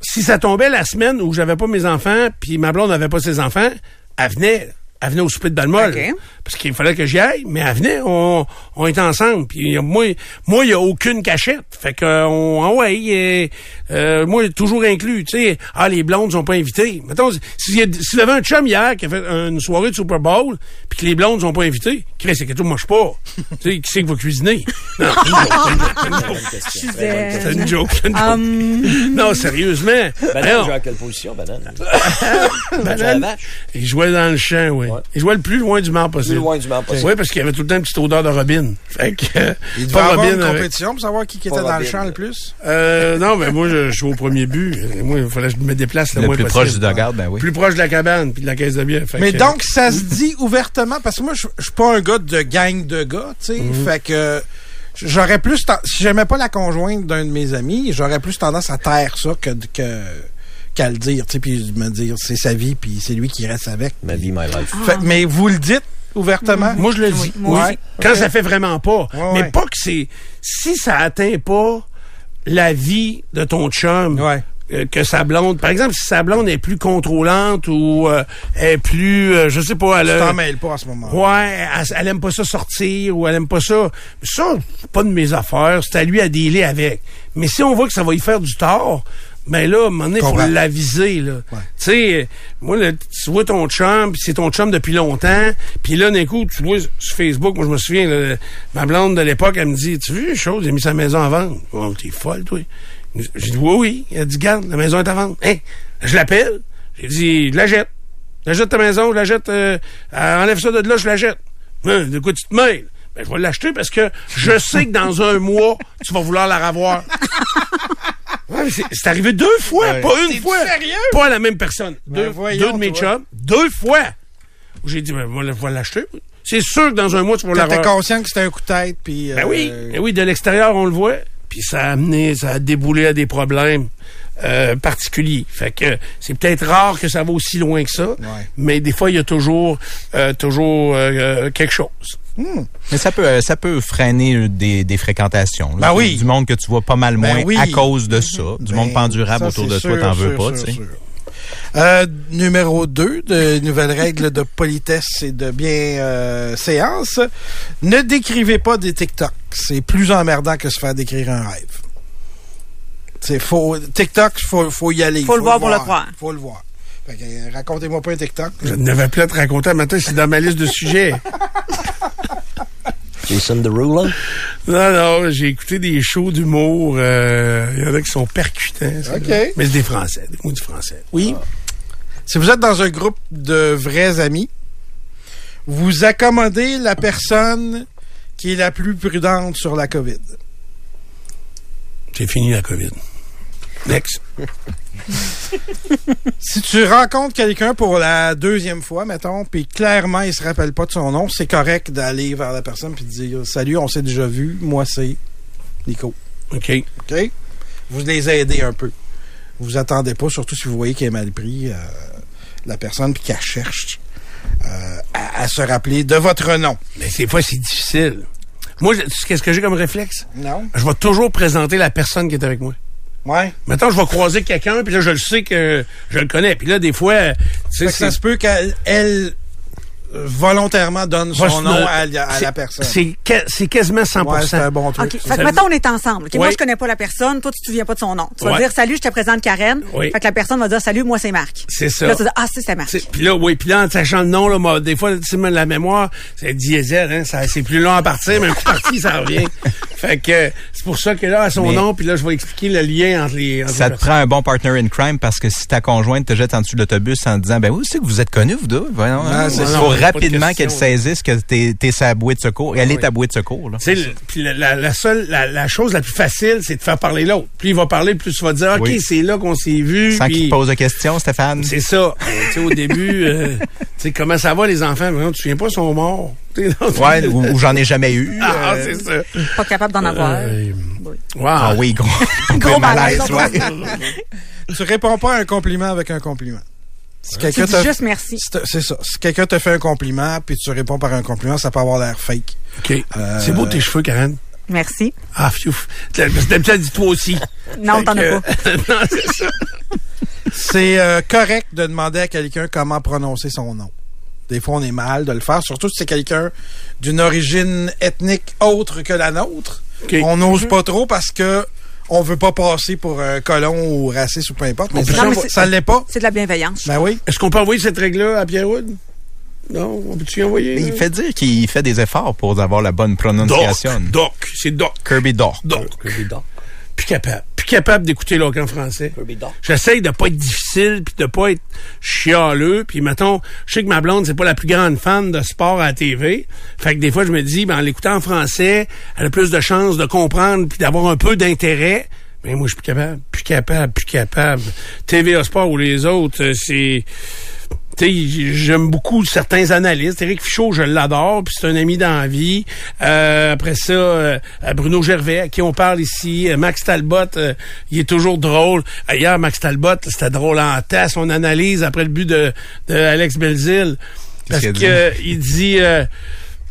Speaker 2: si ça tombait la semaine où j'avais pas mes enfants, puis ma blonde n'avait pas ses enfants, elle venait. Elle venait au souper de Balmol.
Speaker 3: Ok.
Speaker 2: Parce qu'il fallait que j'y aille, mais elle venait, on, on était ensemble. Puis euh, moi, moi, il n'y a aucune cachette. Fait que, euh, on, ah ouais, euh, euh, moi, toujours inclus, tu sais. Ah, les blondes sont pas invitées. Mettons, s'il y a- s'il y avait un chum hier qui a fait une soirée de Super Bowl, puis que les blondes sont pas invitées, Chris, c'est que tout mange pas. tu sais, qui c'est qui va cuisiner? Non, c'est une joke, c'est une joke,
Speaker 3: je disais,
Speaker 2: c'est une joke. c'est une joke.
Speaker 3: Um,
Speaker 2: Non, sérieusement.
Speaker 5: Banane,
Speaker 2: Voyons.
Speaker 5: je joue à quelle position, banane?
Speaker 2: Ben Banane.
Speaker 5: Sur la vache.
Speaker 2: Il jouait dans le champ, oui. oui. Il jouait le plus loin du mort possible.
Speaker 5: Plus loin du mort possible.
Speaker 2: Oui, parce qu'il y avait tout le temps une petite odeur de robin. Fait que, euh,
Speaker 1: Il devait
Speaker 2: pas
Speaker 1: avoir une
Speaker 2: robin avec-
Speaker 1: compétition pour savoir qui, qui était
Speaker 5: Pas
Speaker 1: dans le
Speaker 5: Robin,
Speaker 1: champ
Speaker 5: là.
Speaker 1: le plus.
Speaker 2: Euh, non, mais moi, je, je suis au premier but. Euh, Moi, il fallait que je me déplace le,
Speaker 4: Le
Speaker 2: moins
Speaker 4: plus
Speaker 2: possible.
Speaker 4: proche du dugout, ben oui.
Speaker 2: Plus proche de la cabane puis de la caisse de bière. Fait
Speaker 1: Mais
Speaker 2: que-
Speaker 1: donc, ça se dit ouvertement, parce que moi, je je suis pas un gars de gang de gars, tu sais.
Speaker 2: Mhm.
Speaker 1: Fait que j'aurais plus. ten- Si j'aimais pas la conjointe d'un de mes amis, j'aurais plus tendance à taire ça que de- que qu'à le dire, tu sais, puis me dire c'est sa vie, puis c'est lui qui reste avec.
Speaker 5: Ma vie, my life.
Speaker 1: Fait que- mais vous le dites ouvertement.
Speaker 2: euh, Mhm. Moi, je le dis.
Speaker 1: Ah. moi
Speaker 2: Oui.
Speaker 1: aussi.
Speaker 2: Quand ça fait vraiment pas.
Speaker 1: Ouais,
Speaker 2: mais
Speaker 1: ouais.
Speaker 2: pas que c'est. Si ça atteint pas la vie de ton chum.
Speaker 1: Ouais.
Speaker 2: euh, Que sa blonde, par exemple, si sa blonde est plus contrôlante ou euh, est plus, euh, je sais pas, elle
Speaker 1: Tu
Speaker 2: a-
Speaker 1: t'en mêles pas à ce moment.
Speaker 2: Ouais, elle, elle aime pas ça sortir ou elle aime pas ça. Ça, c'est pas de mes affaires. C'est à lui à dealer avec. Mais si on voit que ça va y faire du tort, ben là, à un moment donné, faut
Speaker 1: Comprends.
Speaker 2: l'aviser, là.
Speaker 1: Ouais.
Speaker 2: Tu sais, moi, là, tu vois ton chum, puis c'est ton chum depuis longtemps, puis là, d'un coup, tu vois sur Facebook, moi, je me souviens, là, ma blonde de l'époque, elle me dit, tu veux une chose, il a mis sa maison en vente. Oh, t'es folle, toi. J'ai dit, oui, oui. Elle a dit, garde, la maison est à vendre. Hein? Je l'appelle. J'ai dit, je la jette. Je la jette ta maison, je la jette, euh, euh, enlève ça de là, je la jette. Hein, de quoi tu te mêles? Ben, je vais l'acheter parce que je sais que dans un mois, tu vas vouloir la revoir. Ouais, mais c'est- C'est arrivé deux fois, pas une fois. Pas à la même personne. deux,
Speaker 1: voyons,
Speaker 2: deux de mes
Speaker 1: toi.
Speaker 2: chums. Deux fois. Où J'ai dit, ben, moi, je vais l'acheter. C'est sûr que dans un mois, tu vas la
Speaker 1: T'étais
Speaker 2: revoir.
Speaker 1: conscient que c'était un coup de tête, puis.
Speaker 2: Ben
Speaker 1: euh,
Speaker 2: oui, ben oui, de l'extérieur, on le voit. Puis ça a amené, ça a déboulé à des problèmes euh, particuliers. Fait que c'est peut-être rare que ça va aussi loin que ça, mais des fois, il y a toujours, euh, toujours euh, euh, quelque chose.
Speaker 4: Mais ça peut, euh, ça peut freiner euh, des, des fréquentations. là.
Speaker 1: Ben oui.
Speaker 4: Du monde que tu vois pas mal
Speaker 1: Ben
Speaker 4: moins
Speaker 1: oui.
Speaker 4: à cause de ça. Du monde pas endurable
Speaker 1: Ben, ça,
Speaker 4: autour
Speaker 1: c'est
Speaker 4: de toi,
Speaker 1: sûr,
Speaker 4: t'en
Speaker 1: sûr,
Speaker 4: veux pas,
Speaker 1: sûr,
Speaker 4: tu sais.
Speaker 1: sûr. Euh, numéro 2 de nouvelles règles de politesse et de bien euh, séance. Ne décrivez pas des TikTok. C'est plus emmerdant que se faire décrire un rêve. C'est faut TikTok, faut faut y aller.
Speaker 3: Faut le voir pour le croire.
Speaker 1: Faut le voir. Fait que, euh, racontez-moi pas un TikTok.
Speaker 2: Je n'avais plus à te raconter un matin, c'est dans ma liste de sujets.
Speaker 5: Jason Derulo.
Speaker 2: Non, non, j'ai écouté des shows d'humour. euh, Il y en a qui sont percutants. c'est
Speaker 1: OK.
Speaker 2: vrai. Mais c'est des Français, des mots du français. Ah. Oui.
Speaker 1: Si vous êtes dans un groupe de vrais amis, vous accommodez la personne qui est la plus prudente sur la COVID.
Speaker 2: J'ai fini la COVID. Next.
Speaker 1: Si tu rencontres quelqu'un pour la deuxième fois, mettons, puis clairement il se rappelle pas de son nom, c'est correct d'aller vers la personne puis de dire salut, on s'est déjà vu, moi c'est Nico.
Speaker 2: OK.
Speaker 1: Ok Vous les aidez un peu. Vous attendez pas, surtout si vous voyez qu'elle est mal pris euh, la personne puis qu'elle cherche euh, à, à se rappeler de votre nom.
Speaker 2: Mais ces fois, c'est difficile. Moi, je- tu sais qu'est-ce que j'ai comme réflexe?
Speaker 1: Non?
Speaker 2: Je vais toujours présenter la personne qui est avec moi.
Speaker 1: Ouais.
Speaker 2: Maintenant, je vais croiser quelqu'un, puis là, je le sais que je le connais. Puis là, des fois, euh, tu
Speaker 1: Fait
Speaker 2: sais,
Speaker 1: que ça se
Speaker 2: c'est-
Speaker 1: peut qu'elle elle, euh, volontairement donne
Speaker 2: va se-
Speaker 1: son nom à, à la
Speaker 2: c'est-
Speaker 1: personne.
Speaker 2: C'est que- c'est quasiment 100
Speaker 1: Ouais, c'est un bon truc.
Speaker 3: OK.
Speaker 1: ça.
Speaker 3: Fait que,
Speaker 2: veut-
Speaker 3: mettons, on est ensemble. OK, Moi,
Speaker 2: Oui.
Speaker 3: je connais pas la personne. Toi, tu te souviens pas de son nom. Tu vas
Speaker 2: Ouais.
Speaker 3: dire, salut, je te présente Karen.
Speaker 2: Oui.
Speaker 3: Fait que la personne va dire, salut, moi, c'est Marc.
Speaker 2: C'est ça.
Speaker 3: Là, tu vas dire, ah, c'est c'est Marc.
Speaker 2: Tu sais, Puis là, oui, puis là, en sachant le nom, là, moi, des fois, tu sais, même la mémoire, c'est diesel, hein, ça, c'est plus long à partir, mais un coup parti, ça revient. Fait que euh, c'est pour ça que là, à son
Speaker 4: Mais-
Speaker 2: nom, puis là, je vais expliquer le lien entre les. entre
Speaker 4: Ça
Speaker 2: les
Speaker 4: te prend un bon partner in crime parce que si ta conjointe te jette en dessous de l'autobus en disant ben oui c'est que vous êtes connus vous deux voyons, hein?
Speaker 2: c'est ça.
Speaker 4: faut
Speaker 2: Non, pas de
Speaker 4: rapidement
Speaker 2: question, Ah,
Speaker 4: qu'elle saisisse que t'es t'es sa bouée de secours elle est ta bouée de secours là.
Speaker 2: Tu sais, le- puis la, la, la seule, la, la chose la plus facile, c'est de faire parler l'autre. Plus il va parler, plus tu vas dire, ok,
Speaker 4: Oui.
Speaker 2: c'est là qu'on s'est vu.
Speaker 4: sans
Speaker 2: puis-
Speaker 4: qu'il te pose de questions Stéphane
Speaker 2: C'est ça. Euh, tu sais, au début, euh, tu sais, comment ça va les enfants? Par exemple, tu te souviens pas, ils sont morts. Tu sais, non, tu-
Speaker 4: ouais ou, ou j'en ai jamais eu
Speaker 2: Ah,
Speaker 4: euh,
Speaker 2: c'est ça.
Speaker 3: Pas capable d'en avoir.
Speaker 2: Euh,
Speaker 3: Oui.
Speaker 2: wow.
Speaker 4: ah oui gros
Speaker 3: Gros
Speaker 4: malaise,
Speaker 3: malaise.
Speaker 4: ouais.
Speaker 1: Tu réponds pas à un compliment avec un compliment. Si
Speaker 3: Tu
Speaker 1: quelqu'un
Speaker 3: dis
Speaker 1: t'a-
Speaker 3: juste merci.
Speaker 1: si t'as- C'est ça. Si quelqu'un te fait un compliment puis tu réponds par un compliment, ça peut avoir l'air fake.
Speaker 2: OK.
Speaker 4: Euh,
Speaker 2: C'est beau tes cheveux, Karen.
Speaker 3: Merci.
Speaker 2: Ah, fiouf. D'habitude, elle dit toi aussi.
Speaker 3: Non,
Speaker 2: Fait
Speaker 3: t'en
Speaker 2: que-
Speaker 3: as pas.
Speaker 2: non, c'est ça.
Speaker 1: C'est euh, correct de demander à quelqu'un comment prononcer son nom. Des fois, on est mal de le faire, surtout si c'est quelqu'un d'une origine ethnique autre que la nôtre.
Speaker 2: OK.
Speaker 1: On n'ose pas trop parce que on veut pas passer pour un colon ou raciste ou peu importe. Mais
Speaker 2: peut-
Speaker 1: ça,
Speaker 2: Non,
Speaker 3: mais c'est-
Speaker 1: ça l'est pas.
Speaker 3: C'est de la bienveillance.
Speaker 1: Ben oui.
Speaker 2: Est-ce qu'on peut envoyer cette règle-là à Pierrewood? Non? On peut-tu y envoyer?
Speaker 4: Mais il
Speaker 2: là?
Speaker 4: fait dire qu'il fait des efforts pour avoir la bonne
Speaker 2: Doc.
Speaker 4: prononciation
Speaker 2: Doc. C'est Doc.
Speaker 4: Kirby Doc
Speaker 2: Doc. Plus capable. Plus plus capable d'écouter l'hockey en français.
Speaker 5: Kirby Doc.
Speaker 2: J'essaye de pas être difficile, puis de pas être chialeux, puis mettons, je sais que ma blonde, c'est pas la plus grande fan de sport à la TV. Fait que des fois, je me dis, ben, en l'écoutant en français, elle a plus de chances de comprendre, puis d'avoir un peu d'intérêt. Mais moi, je suis plus capable, plus capable, plus capable. TVA Sport ou les autres, euh, c'est... Tu sais, j'aime beaucoup certains analystes. Éric Fichaud, je l'adore, puis c'est un ami dans la vie. Euh, après ça, euh, euh, Bruno Gervais, à qui on parle ici. Euh, Max Talbot, euh, il est toujours drôle. Ailleurs, Max Talbot, c'était drôle en tasse. On analyse après le but de, de Alex Belzil. Parce
Speaker 4: Qu'est-ce
Speaker 2: que
Speaker 4: qu'il a
Speaker 2: il dit... euh,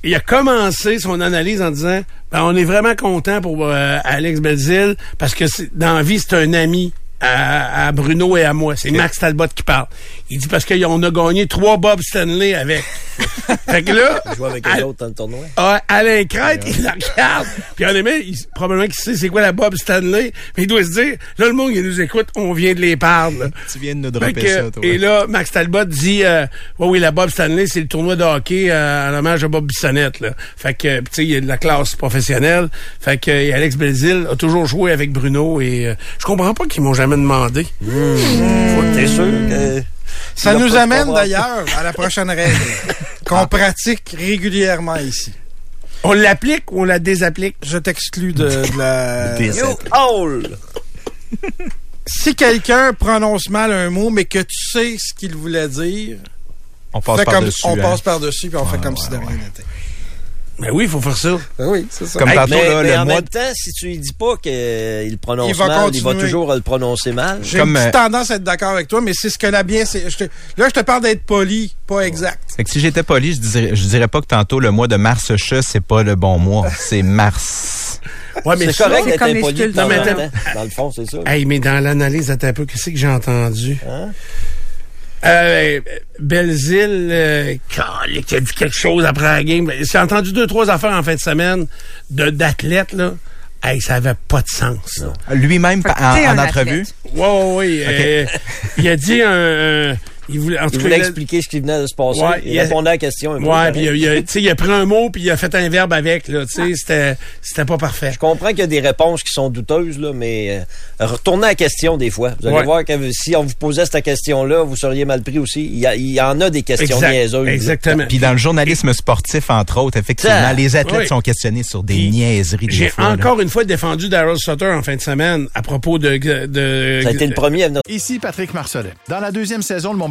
Speaker 2: il a commencé son analyse en disant ben, on est vraiment content pour euh, Alex Belzil parce que c'est- dans la vie, c'est un ami à, à Bruno et à moi. C'est Max Talbot qui parle. Il dit parce qu'on a gagné trois Bob Stanley avec. fait que là,
Speaker 5: Je joue avec
Speaker 2: Al-
Speaker 5: les autres dans le tournoi.
Speaker 2: ah, Alain Crête, il la regarde. Puis en aimant, il, probablement qu'il sait c'est quoi la Bob Stanley. Mais il doit se dire, là, le monde, il nous écoute, on vient de les parler. là.
Speaker 4: Tu viens de nous
Speaker 2: Fait
Speaker 4: dropper
Speaker 2: que,
Speaker 4: ça, toi.
Speaker 2: Et là, Max Talbot dit, euh, Ouais, oui, la Bob Stanley, c'est le tournoi de hockey euh, en hommage à Bob Bissonnette. Là. Fait que, euh, puis tu sais, il y a de la classe professionnelle. Fait que euh, et Alex Belzil a toujours joué avec Bruno et euh, je comprends pas qu'ils m'ont jamais demandé.
Speaker 5: Faut que t'es sûr que.
Speaker 1: Ça
Speaker 5: Il a
Speaker 1: nous
Speaker 5: pas de
Speaker 1: amène
Speaker 5: savoir.
Speaker 1: d'ailleurs à la prochaine règle qu'on pratique régulièrement ici.
Speaker 2: On l'applique ou on la désapplique?
Speaker 1: Je t'exclus de, de la...
Speaker 5: You all!
Speaker 1: Si quelqu'un prononce mal un mot, mais que tu sais ce qu'il voulait dire,
Speaker 4: on passe
Speaker 1: fais comme,
Speaker 4: par-dessus.
Speaker 1: on
Speaker 4: hein.
Speaker 1: passe par-dessus puis on fait comme
Speaker 4: ouais,
Speaker 1: si de rien n'était.
Speaker 2: Ben oui, il faut faire ça.
Speaker 1: Ben oui, c'est ça.
Speaker 4: Comme
Speaker 5: Hey,
Speaker 4: tantôt,
Speaker 5: mais
Speaker 4: là,
Speaker 5: mais
Speaker 4: le
Speaker 5: en
Speaker 4: mois
Speaker 5: même temps, si tu lui dis pas qu'il le prononce
Speaker 1: Il va
Speaker 5: mal, il va
Speaker 1: continuer.
Speaker 5: toujours le prononcer mal.
Speaker 1: J'ai
Speaker 4: comme,
Speaker 1: une petite
Speaker 4: euh,
Speaker 1: tendance à être d'accord avec toi, mais c'est ce que la bien... c'est- je te- là, je te parle d'être poli, pas exact.
Speaker 4: Fait que si j'étais poli, je dirais, je dirais pas que tantôt le mois de mars chat, c'est pas le bon mois. C'est mars.
Speaker 2: Ouais,
Speaker 5: C'est
Speaker 2: ça-
Speaker 5: correct
Speaker 3: c'est
Speaker 5: d'être
Speaker 3: comme les
Speaker 5: impoli de
Speaker 3: sculptures.
Speaker 5: temps en
Speaker 2: Non, mais
Speaker 5: temps. Dans le fond, c'est ça.
Speaker 2: Hey, mais dans l'analyse, attends un peu, qu'est-ce que j'ai entendu?
Speaker 5: Hein?
Speaker 2: Euh, Belzile, euh, calique, il a dit quelque chose après la game. J'ai entendu deux, trois affaires en fin de semaine de d'athlètes, là. Hey, ça avait pas de sens, là.
Speaker 4: Lui-même,
Speaker 3: Fait que
Speaker 4: pa- en,
Speaker 3: t'es
Speaker 4: en
Speaker 3: un
Speaker 4: entrevue,
Speaker 3: athlète.
Speaker 2: Ouais, ouais, ouais, euh, il a dit un... euh, il voulait, en tout
Speaker 5: Il
Speaker 2: cas,
Speaker 5: voulait
Speaker 2: il a-
Speaker 5: expliquer ce qui venait de se passer.
Speaker 2: Ouais, il
Speaker 5: il
Speaker 2: a-
Speaker 5: répondait à la question. un peu,
Speaker 2: Ouais,
Speaker 5: pareil.
Speaker 2: puis il a- il a, tu sais, il a pris un mot, puis il a fait un verbe avec, là. Tu sais, c'était- c'était pas parfait.
Speaker 5: Ah. Je comprends qu'il y a des réponses qui sont douteuses, là, mais euh, retournez à la question des fois. Vous allez
Speaker 2: Ouais.
Speaker 5: voir que si on vous posait cette question-là, vous seriez mal pris aussi. Il y, a- il y en a des questions
Speaker 2: Exact,
Speaker 5: niaiseuses. là.
Speaker 2: exactement.
Speaker 4: puis dans le journalisme sportif, entre autres, effectivement,
Speaker 5: Ça-
Speaker 4: les athlètes
Speaker 2: Oui.
Speaker 4: sont questionnés sur des
Speaker 2: Puis,
Speaker 4: niaiseries. des
Speaker 2: J'ai
Speaker 4: fois, là.
Speaker 2: encore une fois défendu Daryl Sutter en fin de semaine à propos de... de
Speaker 5: Ça a été le premier à venir
Speaker 6: Ici Patrick Marcelet. Dans la deuxième saison de mon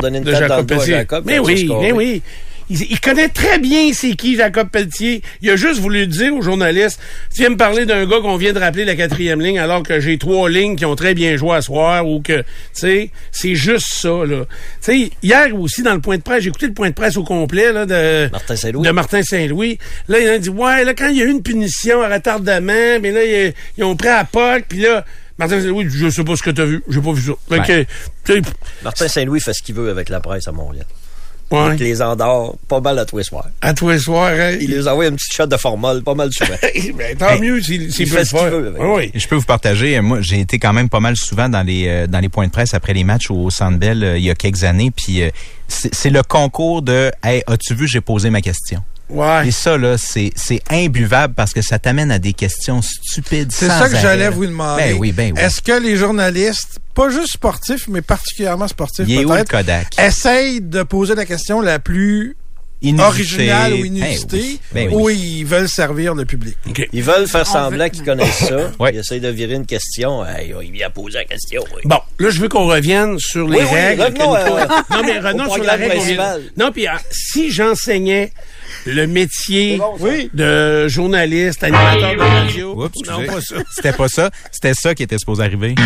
Speaker 5: donner une
Speaker 2: de
Speaker 5: tête dans
Speaker 2: Jacob
Speaker 5: le dos à
Speaker 2: Pelletier.
Speaker 5: Jacob.
Speaker 2: mais
Speaker 5: comme ça,
Speaker 2: oui,
Speaker 5: c'est carré.
Speaker 2: mais oui. Il, il connaît très bien c'est qui Jacob Pelletier. Il a juste voulu dire aux journalistes, tu viens me parler d'un gars qu'on vient de rappeler la quatrième ligne alors que j'ai trois lignes qui ont très bien joué à soir ou que, tu sais, c'est juste ça, là. Tu sais, hier aussi dans le point de presse, j'ai écouté le point de presse au complet, là, de...
Speaker 5: Martin Saint-Louis.
Speaker 2: de Martin Saint-Louis. Là, il a dit, ouais, là, quand il y a eu une punition à retardement, mais là, ils, ils ont pris à POC, puis là, Martin Saint-Louis, je sais pas ce que t'as vu, j'ai pas vu ça. Fait que, tu sais,
Speaker 5: Martin Saint-Louis fait ce qu'il veut avec la presse à Montréal.
Speaker 2: ouais.
Speaker 5: Il les endort pas mal à tous les soirs.
Speaker 2: À tous les soirs, hein,
Speaker 5: Il les envoie une petite shot de formol pas mal souvent.
Speaker 2: Ben, tant
Speaker 4: Hey,
Speaker 2: mieux s'il s'il
Speaker 5: il
Speaker 2: peut
Speaker 5: fait
Speaker 2: le
Speaker 5: ce qu'il
Speaker 2: faire.
Speaker 5: veut avec.
Speaker 2: Oui, oui.
Speaker 4: Je peux vous partager, euh, moi j'ai été quand même pas mal souvent dans les euh, dans les points de presse après les matchs au Centre Bell euh, il y a quelques années puis euh, c'est c'est le concours de hey as-tu vu j'ai posé ma question.
Speaker 2: Ouais.
Speaker 4: Et ça là c'est c'est imbuvable parce que ça t'amène à des questions stupides
Speaker 1: C'est
Speaker 4: sans
Speaker 1: ça que
Speaker 4: arrêt,
Speaker 1: j'allais
Speaker 4: là.
Speaker 1: vous demander.
Speaker 4: Ben oui, ben oui.
Speaker 1: Est-ce que les journalistes, pas juste sportifs, mais particulièrement sportifs
Speaker 4: Il est où le
Speaker 1: peut-être,
Speaker 4: Kodak
Speaker 1: essayent de poser la question la plus
Speaker 4: Inusité.
Speaker 1: originale ou
Speaker 4: Ben
Speaker 1: inusitée,
Speaker 4: oui, ben oui.
Speaker 1: où ils veulent servir le public.
Speaker 5: Ils veulent faire
Speaker 3: On
Speaker 5: semblant
Speaker 3: Ah, veut-
Speaker 5: qu'ils connaissent ça.
Speaker 4: Ouais.
Speaker 5: Ils essayent de virer une question. Hey, oh, il vient poser la question. oui.
Speaker 2: Bon, là, je veux qu'on revienne sur les
Speaker 5: Oui, oui,
Speaker 2: règles.
Speaker 5: revenons,
Speaker 2: que
Speaker 5: euh,
Speaker 2: Nicolas- non, mais
Speaker 5: au
Speaker 2: revenons sur la règle.
Speaker 5: programme
Speaker 2: qu'on vient-
Speaker 5: principal.
Speaker 2: Non, puis ah, si j'enseignais le métier
Speaker 5: bon, ça. Oui.
Speaker 2: de journaliste, animateur de radio...
Speaker 4: Oups,
Speaker 2: non,
Speaker 4: excusez.
Speaker 2: pas ça.
Speaker 4: C'était pas ça, c'était ça qui était supposé arriver.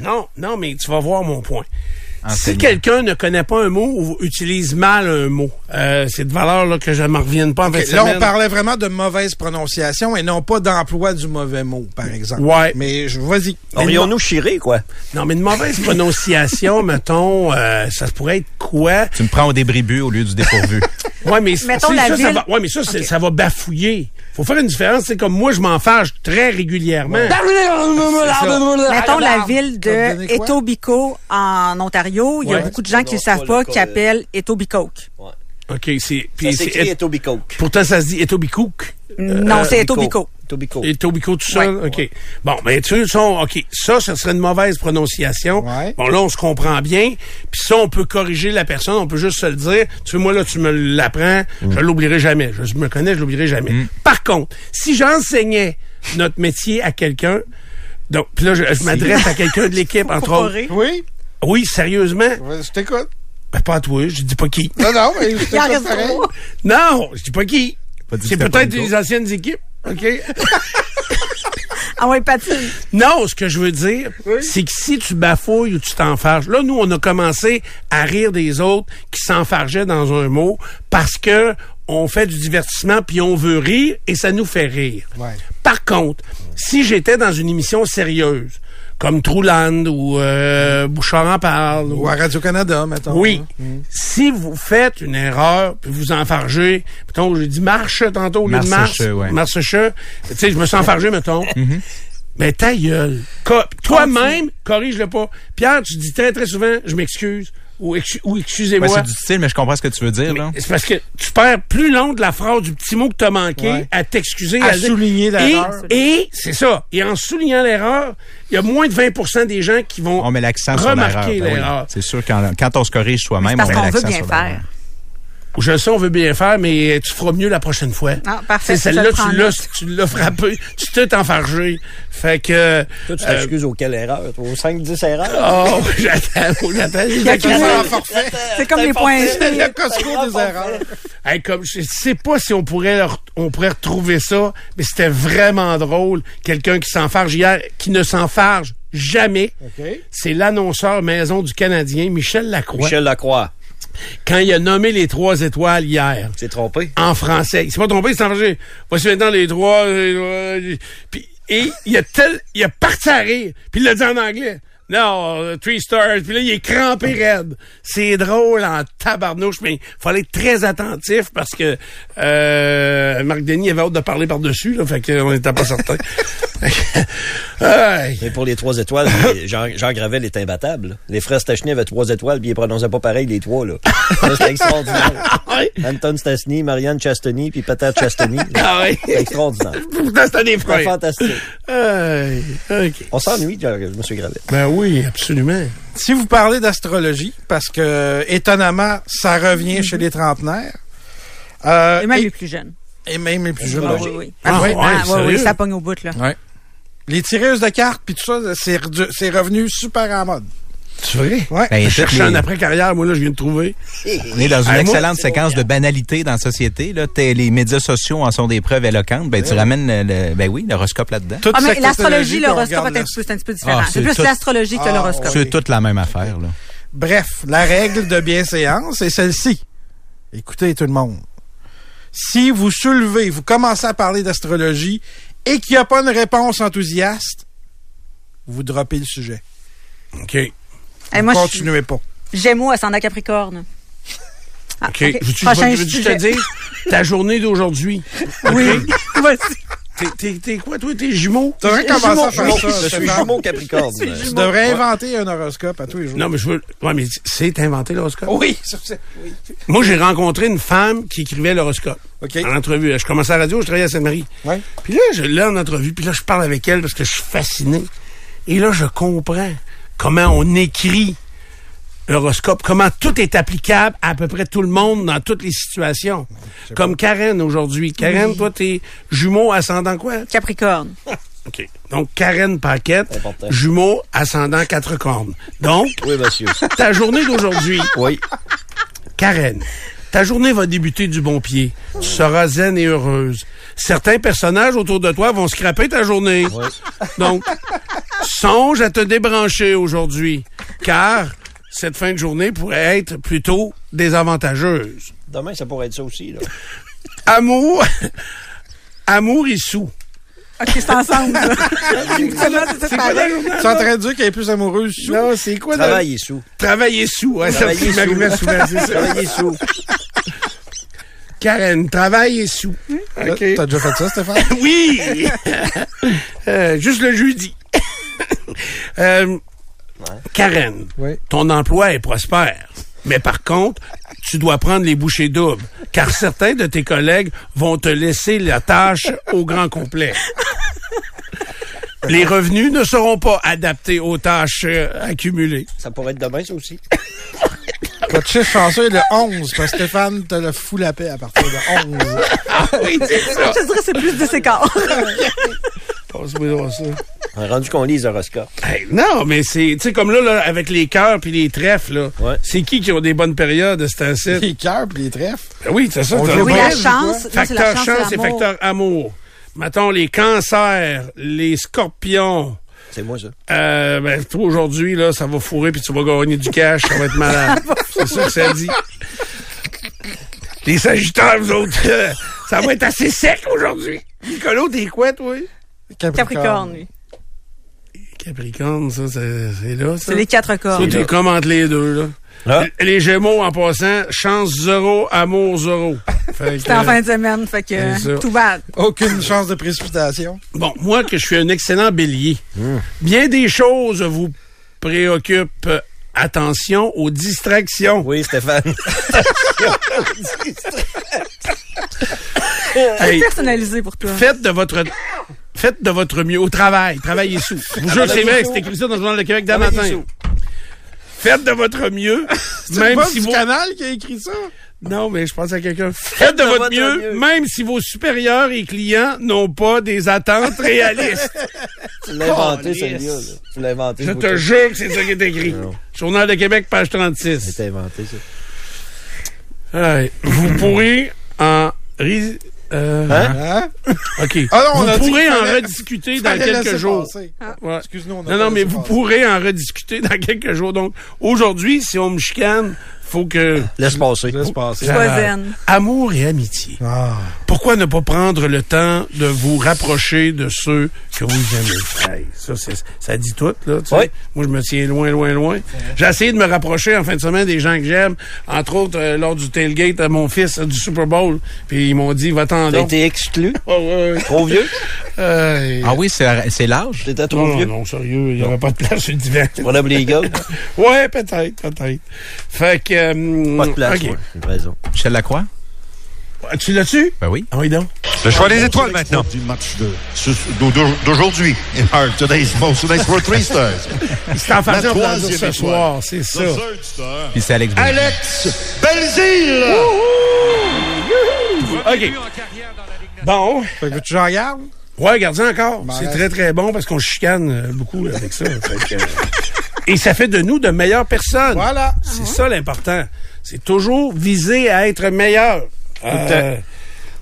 Speaker 2: Non, non, mais tu vas voir mon point. Si quelqu'un ne connaît pas un mot ou utilise mal un mot, euh, c'est de valeur là, que je ne m'en revienne pas en fait.
Speaker 1: Là, on parlait vraiment de mauvaise prononciation et non pas d'emploi du mauvais mot, par exemple.
Speaker 2: Ouais. Oh,
Speaker 1: Mais je vas-y.
Speaker 5: Aurions-nous chiré, quoi?
Speaker 2: Non, mais une mauvaise prononciation, mettons, euh, ça pourrait être quoi?
Speaker 4: Tu me prends au débribut au lieu du dépourvu.
Speaker 2: Ouais, mais c'est-
Speaker 3: Mettons
Speaker 2: c'est-
Speaker 3: la
Speaker 2: ça, ça
Speaker 3: ville.
Speaker 2: va, ouais, mais ça, c'est- ça va bafouiller. Faut faire une différence. C'est comme moi, je m'en fâche très régulièrement.
Speaker 3: Mettons la
Speaker 1: Ça vous
Speaker 3: ville de
Speaker 1: donnait quoi?
Speaker 3: Etobicoke en Ontario. Il y a
Speaker 2: Ouais.
Speaker 3: beaucoup de gens qui ne
Speaker 5: Non,
Speaker 3: savent
Speaker 5: pas
Speaker 3: pas,
Speaker 5: le
Speaker 3: qui
Speaker 5: cas-
Speaker 3: appellent Etobicoke.
Speaker 2: OK, c'est...
Speaker 5: Ça
Speaker 2: puis c'est-
Speaker 5: s'écrit Etobicoke.
Speaker 2: Pourtant, ça se dit Etobicoke.
Speaker 3: non, c'est Etobicoke.
Speaker 5: Etobicoke.
Speaker 2: Et Tobico tout seul?
Speaker 3: Ouais.
Speaker 2: OK. Bon, ben tu sais, OK. Ça, ça serait une mauvaise prononciation.
Speaker 1: Ouais.
Speaker 2: Bon, là, on se comprend bien. Puis ça, on peut corriger la personne, on peut juste se le dire. Tu sais, moi, là, tu me l'apprends, je l'oublierai jamais. Je me connais, je l'oublierai jamais. Par contre, si j'enseignais notre métier à quelqu'un, donc, puis là, je, je m'adresse à quelqu'un de l'équipe, entre
Speaker 3: Faut pas
Speaker 2: autres.
Speaker 3: rire.
Speaker 1: Oui,
Speaker 2: Oui, sérieusement?
Speaker 1: je t'écoute.
Speaker 2: Ben, pas à toi, je dis pas qui.
Speaker 1: Non, non, mais je
Speaker 3: Il en
Speaker 1: t'écoute
Speaker 3: reste
Speaker 1: pareil.
Speaker 3: trois.
Speaker 2: Non, je dis pas qui.
Speaker 4: Pas dit que
Speaker 2: C'est
Speaker 4: c'était pas
Speaker 2: peut-être
Speaker 4: nous
Speaker 2: des anciennes équipes, OK?
Speaker 3: Ah ouais, patine.
Speaker 2: Non, ce que je veux dire, c'est que si tu bafouilles ou tu t'enfarges, là, nous, on a commencé à rire des autres qui s'enfargeaient dans un mot parce que on fait du divertissement puis on veut rire et ça nous fait rire.
Speaker 1: Ouais.
Speaker 2: Par contre, si j'étais dans une émission sérieuse, comme Trouland ou euh, Bouchard en parle, ou-
Speaker 1: Ou à Radio-Canada, mettons.
Speaker 2: Ah oui.
Speaker 1: hein.
Speaker 2: Si vous faites une erreur, puis vous enfargez, mettons, j'ai dit marche tantôt au lieu de marche.
Speaker 4: Marche, ouais. Mhm.
Speaker 2: Marche, tu sais, je me suis enfargé, mettons. Mais ta gueule. Co- Toi-même, corrige-le pas. Pierre, tu dis très, très souvent, je m'excuse, ou, excu- ou
Speaker 4: Ouais,
Speaker 2: excusez-moi.
Speaker 4: c'est du style, mais je comprends ce que tu veux dire. là.
Speaker 2: C'est parce que tu perds plus long de la phrase du petit mot que t'as manqué
Speaker 1: Ouais.
Speaker 2: à t'excuser.
Speaker 1: À
Speaker 2: dire-
Speaker 1: souligner l'erreur.
Speaker 2: Et, et c'est ça. Et en soulignant l'erreur, il y a moins de 20 des gens qui vont
Speaker 4: On met Oh, l'accent sur l'erreur.
Speaker 2: remarquer
Speaker 4: Ben oui.
Speaker 2: l'erreur.
Speaker 4: C'est sûr, quand, quand on se corrige soi-même, on
Speaker 3: Parce
Speaker 4: met
Speaker 3: qu'on
Speaker 4: l'accent
Speaker 3: veut
Speaker 4: sur
Speaker 3: bien
Speaker 4: l'erreur.
Speaker 3: faire.
Speaker 2: Je le sais, on veut bien faire, mais tu feras mieux la prochaine fois.
Speaker 3: Ah,
Speaker 2: C'est
Speaker 3: parfait, je
Speaker 2: celle-là,
Speaker 3: le prends
Speaker 2: tu l'as,
Speaker 3: note.
Speaker 2: tu l'as frappé, tu t'es enfargé. Fait que.
Speaker 5: Toi, tu
Speaker 2: euh,
Speaker 5: t'excuses auquel erreur? Toi, Aux 5-10 erreurs?
Speaker 2: Oh, j'attends, oh, j'attends. j'ai
Speaker 3: a
Speaker 2: des
Speaker 3: que
Speaker 1: C'est
Speaker 2: questions.
Speaker 1: un forfait.
Speaker 3: C'est comme les points
Speaker 1: C'est
Speaker 3: G.
Speaker 1: le Costco des erreurs.
Speaker 2: Hey, comme, je sais pas si on pourrait, leur- on pourrait retrouver ça, mais c'était vraiment drôle. Quelqu'un qui s'enfarge hier, qui ne s'enfarge jamais.
Speaker 1: OK.
Speaker 2: C'est l'annonceur maison du Canadien, Michel Lacroix,
Speaker 5: Michel Lacroix.
Speaker 2: quand il a nommé les trois étoiles hier.
Speaker 5: Tu t'es trompé?
Speaker 2: en français. Il s'est pas trompé, il s'est enfargé. Voici maintenant les trois. les trois, les- Puis, et il a tel, il a parti à rire. Puis il l'a dit en anglais. Non, euh, three stars. Puis là, il est crampé raide. C'est drôle en tabarnouche, mais il fallait être très attentif parce que euh, Marc Denis avait hâte de parler par-dessus, là, fait qu'on n'était pas certain. Aïe.
Speaker 5: Mais pour les trois étoiles, Jean, Jean Gravel est imbattable. là. Les frères Stachny avaient trois étoiles, puis ils prononçaient pas pareil les trois, là. Ça, C'était extraordinaire.
Speaker 2: Ouais.
Speaker 5: Anton Stachny, Marianne Chastony, puis Patate Chastony.
Speaker 2: Ah oui.
Speaker 5: C'était extraordinaire.
Speaker 2: Pourtant, c'était des
Speaker 5: C'était
Speaker 2: frères.
Speaker 5: fantastique.
Speaker 2: Aïe. OK.
Speaker 5: On s'ennuie, Jean- euh, M. Gravel.
Speaker 2: Ben oui, absolument.
Speaker 1: Si vous parlez d'astrologie, parce que étonnamment, ça revient chez les trentenaires. euh,
Speaker 3: Et même les
Speaker 1: et,
Speaker 3: plus jeunes.
Speaker 1: et même les plus jeunes.
Speaker 3: Ah oui, oui.
Speaker 2: Ah, ouais,
Speaker 3: Absolument. Ah, oui,
Speaker 2: sérieux? Ah,
Speaker 3: oui, ça pogne au bout, là.
Speaker 1: Ouais. Les tireuses de cartes puis tout ça, c'est redu- c'est revenu super en mode.
Speaker 2: C'est vrai?
Speaker 1: Ouais.
Speaker 4: Ben,
Speaker 2: Je
Speaker 4: toutes
Speaker 2: cherchais
Speaker 4: les-
Speaker 2: un après-carrière, moi, là, je viens de trouver.
Speaker 4: On est dans une
Speaker 2: Hey, moi,
Speaker 4: excellente séquence de banalité dans la société. Là. T'es- les médias sociaux en sont des preuves éloquentes. Ben, tu ramènes le, le- ben oui, l'horoscope là-dedans.
Speaker 1: Toute
Speaker 3: Ah, mais
Speaker 1: cette
Speaker 3: l'astrologie,
Speaker 1: technologie qu'on
Speaker 3: l'horoscope,
Speaker 1: regarde
Speaker 3: c'est un,
Speaker 1: là-
Speaker 3: petit peu- c'est un petit peu différent.
Speaker 4: Ah, c'est
Speaker 3: c'est plus
Speaker 4: tout-
Speaker 3: l'astrologie que
Speaker 1: Ah,
Speaker 3: l'horoscope.
Speaker 4: C'est toute la même affaire. Là.
Speaker 1: Bref, la règle de bienséance est celle-ci. Écoutez tout le monde. Si vous soulevez, vous commencez à parler d'astrologie et qu'il n'y a pas une réponse enthousiaste, vous droppez le sujet.
Speaker 2: OK.
Speaker 3: Eh,
Speaker 1: vous
Speaker 3: moi, je suis
Speaker 1: continuez pas.
Speaker 3: Gémeaux, ascendant Capricorne. Ah,
Speaker 2: OK. Veux-tu
Speaker 3: Prochain
Speaker 2: veux-tu que je
Speaker 3: sujet.
Speaker 2: te dire ta journée d'aujourd'hui?
Speaker 3: Oui. Vas-y.
Speaker 2: T'es- T'es t'es quoi, toi? T'es jumeau?
Speaker 1: Tu devrais commencer à faire
Speaker 5: Jumeau,
Speaker 1: ça. Ben,
Speaker 5: je suis
Speaker 1: Stéphane.
Speaker 5: jumeau Capricorne.
Speaker 1: Tu devrais inventer un horoscope à tous les jours.
Speaker 2: Non, mais je veux. Ouais, mais c'est inventé l'horoscope.
Speaker 1: Oui, ça, c'est- oui.
Speaker 2: Moi, j'ai rencontré une femme qui écrivait l'horoscope.
Speaker 1: OK.
Speaker 2: En entrevue. Je commençais à la radio, je travaillais à Sainte-Marie.
Speaker 1: Ouais.
Speaker 2: Puis là, je l'ai en entrevue, puis là, je parle avec elle parce que je suis fasciné. Et là, je comprends comment on écrit l'horoscope, comment tout est applicable à, à peu près tout le monde dans toutes les situations. Comme Karen aujourd'hui. Karen, toi, t'es jumeau ascendant quoi?
Speaker 3: Capricorne.
Speaker 2: OK. Donc, Karen Paquette,
Speaker 5: Important.
Speaker 2: jumeau ascendant quatre cornes. Donc,
Speaker 5: Oui, monsieur.
Speaker 2: ta journée d'aujourd'hui,
Speaker 5: Oui.
Speaker 2: Karen, ta journée va débuter du bon pied. Tu seras zen et heureuse. Certains personnages autour de toi vont scraper ta journée. Donc, songe à te débrancher aujourd'hui, car cette fin de journée pourrait être plutôt désavantageuse.
Speaker 5: Demain, ça pourrait être ça aussi. Là.
Speaker 2: Amour, amour et sous.
Speaker 3: OK, c'est ensemble. là. Comment tu te parlais?
Speaker 1: Tu es en train de dire qu'elle est plus amoureuse sous?
Speaker 2: Non, c'est quoi le-
Speaker 5: Travail est sous.
Speaker 2: Travailler sous, hein, ça me
Speaker 5: Travailler
Speaker 2: fait m'arriver
Speaker 5: sous.
Speaker 2: souvent, c'est ça.
Speaker 5: Travail est sous.
Speaker 2: Karen, travail et sous. OK.
Speaker 1: T'as déjà fait ça, Stéphane?
Speaker 2: Oui! Euh, juste le jeudi. Euh, Karen,
Speaker 1: Oui.
Speaker 2: ton emploi est prospère. Mais par contre, tu dois prendre les bouchées doubles, car certains de tes collègues vont te laisser la tâche au grand complet. Les revenus ne seront pas adaptés aux tâches euh, accumulées.
Speaker 5: Ça pourrait être demain, ça aussi.
Speaker 1: Votre chiffre chanceux est le 11, parce que Stéphane te le fout la paix à partir de 11.
Speaker 2: Oui, c'est ça. Ah,
Speaker 3: Je te dirais, c'est plus de ses corps.
Speaker 2: Passe-moi donc ça.
Speaker 5: On est rendu qu'on lit les horoscopes.
Speaker 2: Hey, non, mais c'est, tu sais, comme là, là, avec les cœurs puis les trèfles, là,
Speaker 5: Ouais.
Speaker 2: c'est qui qui ont des bonnes périodes de cette
Speaker 1: les cœurs pis les trèfles.
Speaker 2: Ben Oui, c'est ça.
Speaker 1: On
Speaker 2: t'as
Speaker 1: le
Speaker 2: raison.
Speaker 3: Oui,
Speaker 1: Ouais,
Speaker 3: la
Speaker 1: c'est
Speaker 3: chance. non, c'est la
Speaker 2: Facteur chance et
Speaker 3: l'amour.
Speaker 2: facteur amour. Mettons les cancers, les scorpions.
Speaker 5: C'est moi, ça.
Speaker 2: Euh, ben, toi, aujourd'hui, là, ça va fourrer puis tu vas gagner du cash, ça va être malade. c'est ça que ça dit. Les sagittaires, vous autres, euh, ça va être assez sec aujourd'hui. Nicolas, t'es quoi, toi?
Speaker 3: Capricorne, lui.
Speaker 2: Capricorne, ça, c'est c'est là, ça?
Speaker 3: C'est les quatre
Speaker 2: Toi,
Speaker 3: cordes.
Speaker 2: t'es comme entre les deux, là.
Speaker 5: Là,
Speaker 2: Les Gémeaux, en passant, chance zéro, amour zéro. Fait
Speaker 3: C'était
Speaker 2: que,
Speaker 3: en fin de semaine, fait
Speaker 2: c'est ça.
Speaker 3: que tout bad.
Speaker 1: Aucune chance de précipitation.
Speaker 2: Bon, moi que je suis un excellent bélier, bien des choses vous préoccupent. Attention aux distractions.
Speaker 5: oui, Stéphane.
Speaker 2: Hey,
Speaker 3: Personnalisé pour toi.
Speaker 2: faites de votre faites de votre mieux au travail. Travaillez sous. Je vous jure que c'est vrai, c'est écrit ça dans le journal de Québec d'un matin. Faites de votre mieux, même si vos...
Speaker 1: canal qui a écrit ça?
Speaker 2: Non, mais je pense à quelqu'un. Faites de votre mieux, même si vos supérieurs et clients n'ont pas des attentes réalistes.
Speaker 5: Tu l'as inventé,
Speaker 2: Calisse.
Speaker 5: celui-là. là. Tu l'as inventé.
Speaker 2: Je
Speaker 5: vous-
Speaker 2: te jure que c'est ça qui est écrit. Journal de Québec, page 36.
Speaker 5: C'est inventé, ça.
Speaker 2: Hey, vous pourrez en... ri- euh,
Speaker 1: Hein?
Speaker 2: OK.
Speaker 1: Ah non, on a dit
Speaker 2: vous pourrez
Speaker 1: qu'il
Speaker 2: en
Speaker 1: fallait-
Speaker 2: rediscuter dans
Speaker 1: Fallait
Speaker 2: quelques
Speaker 1: laisser
Speaker 2: jours.
Speaker 1: passer.
Speaker 2: Ouais.
Speaker 1: Excuse-nous, on a
Speaker 2: Non,
Speaker 1: pas
Speaker 2: non, mais
Speaker 1: laissé
Speaker 2: vous
Speaker 1: passer.
Speaker 2: pourrez en rediscuter dans quelques jours. Donc, aujourd'hui, si on me chicane, faut que...
Speaker 5: Laisse passer.
Speaker 1: Laisse passer.
Speaker 3: Sois zen.
Speaker 2: Amour et amitié.
Speaker 1: Ah.
Speaker 2: Pourquoi ne pas prendre le temps de vous rapprocher de ceux que vous aimez? Hey, ça, c'est- ça dit tout, là. tu sais.
Speaker 5: Oui.
Speaker 2: Moi, je me tiens loin, loin, loin. J'ai essayé de me rapprocher en fin de semaine des gens que j'aime, entre autres euh, lors du tailgate à mon fils euh, du Super Bowl. Puis ils m'ont dit, va-t'en
Speaker 5: T'as
Speaker 2: donc.
Speaker 5: été exclu.
Speaker 2: Ouais, ouais, ouais.
Speaker 5: Trop vieux.
Speaker 2: Euh,
Speaker 4: Ah oui, c'est c'est l'âge?
Speaker 5: T'étais
Speaker 2: non,
Speaker 5: trop
Speaker 2: non,
Speaker 5: vieux.
Speaker 2: Oh, non, sérieux, il n'y avait pas de place sur le divan.
Speaker 5: On aime les gars.
Speaker 2: ouais, peut-être, peut-être. Fait que... euh,
Speaker 5: Pas de place.
Speaker 2: ok.
Speaker 5: ouais. Une raison.
Speaker 4: Michel Lacroix?
Speaker 2: Tu l'as-tu?
Speaker 4: Ben oui.
Speaker 2: Ah oui, donc.
Speaker 7: Le choix des étoiles maintenant. Du match de- ce- d'au- d'au- d'aujourd'hui. Euh, Today's most, today's for three stars.
Speaker 2: C'est en
Speaker 7: La
Speaker 2: faisant plaisir
Speaker 7: troisième
Speaker 2: ce
Speaker 7: étoile.
Speaker 2: soir, c'est ça.
Speaker 7: The third star,
Speaker 4: Puis c'est Alex Blais.
Speaker 7: Alex Belzil.
Speaker 2: OK. Bon.
Speaker 1: Fait que veux-tu que j'en garde?
Speaker 2: Ouais, gardien encore. c'est
Speaker 1: reste.
Speaker 2: très, très bon parce qu'on chicane euh, beaucoup là, avec ça. euh, Fait que, euh, et ça fait de nous de meilleures personnes.
Speaker 1: Voilà.
Speaker 4: Ah
Speaker 2: C'est ça l'important. C'est toujours viser à être meilleur. Euh, tu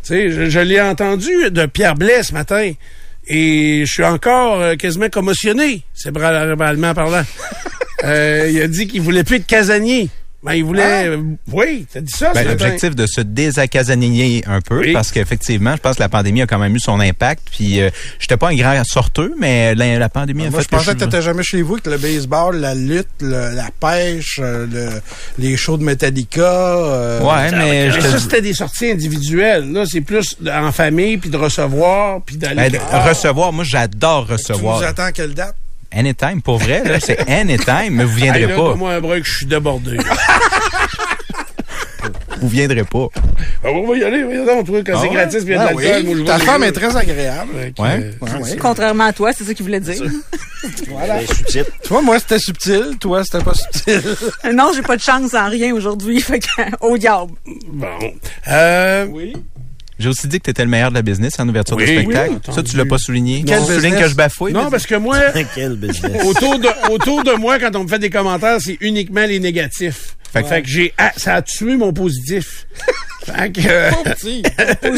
Speaker 2: sais, je, je l'ai entendu de Pierre Blais ce matin. Et je suis encore euh, quasiment commotionné, c'est verbalement parlant. Euh, il a dit qu'il voulait plus de casanier. Ben, il voulait... euh, oui, t'as dit ça ce
Speaker 4: Ah! Ben,
Speaker 2: matin.
Speaker 4: L'objectif de se désacasaniner un peu,
Speaker 2: Oui.
Speaker 4: parce qu'effectivement, je pense que la pandémie a quand même eu son impact. Puis, euh, j'étais pas un grand sorteux, mais la, la pandémie a
Speaker 1: Moi,
Speaker 4: fait
Speaker 1: je pensais que
Speaker 4: je-
Speaker 1: t'étais jamais chez vous, que le baseball, la lutte, le- la pêche, euh, le- les shows de Metallica. euh,
Speaker 4: Ouais, mais je
Speaker 2: Mais
Speaker 4: te-
Speaker 2: ça, c'était des sorties individuelles. Là, c'est plus de- en famille, puis de recevoir, puis d'aller...
Speaker 4: ben, de-
Speaker 2: Ah.
Speaker 4: recevoir, moi, j'adore
Speaker 1: Tu nous
Speaker 4: recevoir.
Speaker 1: attends quelle date?
Speaker 4: Anytime, pour vrai, là, c'est anytime, mais vous
Speaker 2: Hey,
Speaker 4: viendrez
Speaker 2: là,
Speaker 4: pas.
Speaker 2: Donne-moi un break, je suis débordé.
Speaker 4: Vous viendrez pas.
Speaker 2: Ah, on va y aller, voyons donc, toi, quand
Speaker 4: Ah
Speaker 2: c'est
Speaker 4: ouais?
Speaker 2: gratis, puis il y a de
Speaker 1: Ah
Speaker 2: l'alcool, moi, je
Speaker 1: Ta
Speaker 2: vais-
Speaker 1: femme est très agréable. hein,
Speaker 2: Fait que,
Speaker 4: Ouais.
Speaker 2: euh,
Speaker 1: Ouais, ouais.
Speaker 3: Contrairement à toi, c'est ça qu'il voulait dire.
Speaker 5: Les sous-titres.
Speaker 1: Tu vois, moi, c'était subtil. Toi, c'était pas subtil.
Speaker 3: non, j'ai pas de chance en rien aujourd'hui, fait que, au diable.
Speaker 2: Bon. Euh,
Speaker 4: J'ai aussi dit que t'étais le meilleur de la business en ouverture
Speaker 2: Oui,
Speaker 4: de
Speaker 2: oui,
Speaker 4: spectacle. ça,
Speaker 2: entendu.
Speaker 4: tu l'as pas souligné.
Speaker 1: Quel
Speaker 4: tu soulignes
Speaker 1: business?
Speaker 4: que je bafouille.
Speaker 2: non, ben, parce que moi,
Speaker 5: Quel business.
Speaker 2: autour de, autour de moi, quand on me fait des commentaires, c'est uniquement les négatifs. Fait,
Speaker 4: Fait que-
Speaker 2: que j'ai... ah, ça a tué mon positif. Fait que,
Speaker 1: Pas petit.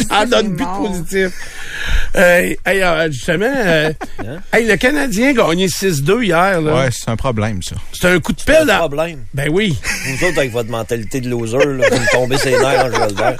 Speaker 2: en donne plus de positif. Euh, hey, euh, justement, euh, hey, le Canadien a gagné 6-2 hier. Là.
Speaker 4: Ouais, c'est un problème, ça.
Speaker 2: C'est un coup de pelle.
Speaker 5: un problème.
Speaker 2: Ben oui.
Speaker 5: Vous autres, avec votre mentalité de loser, là, vous me tombez ses nerfs en jouant le vert.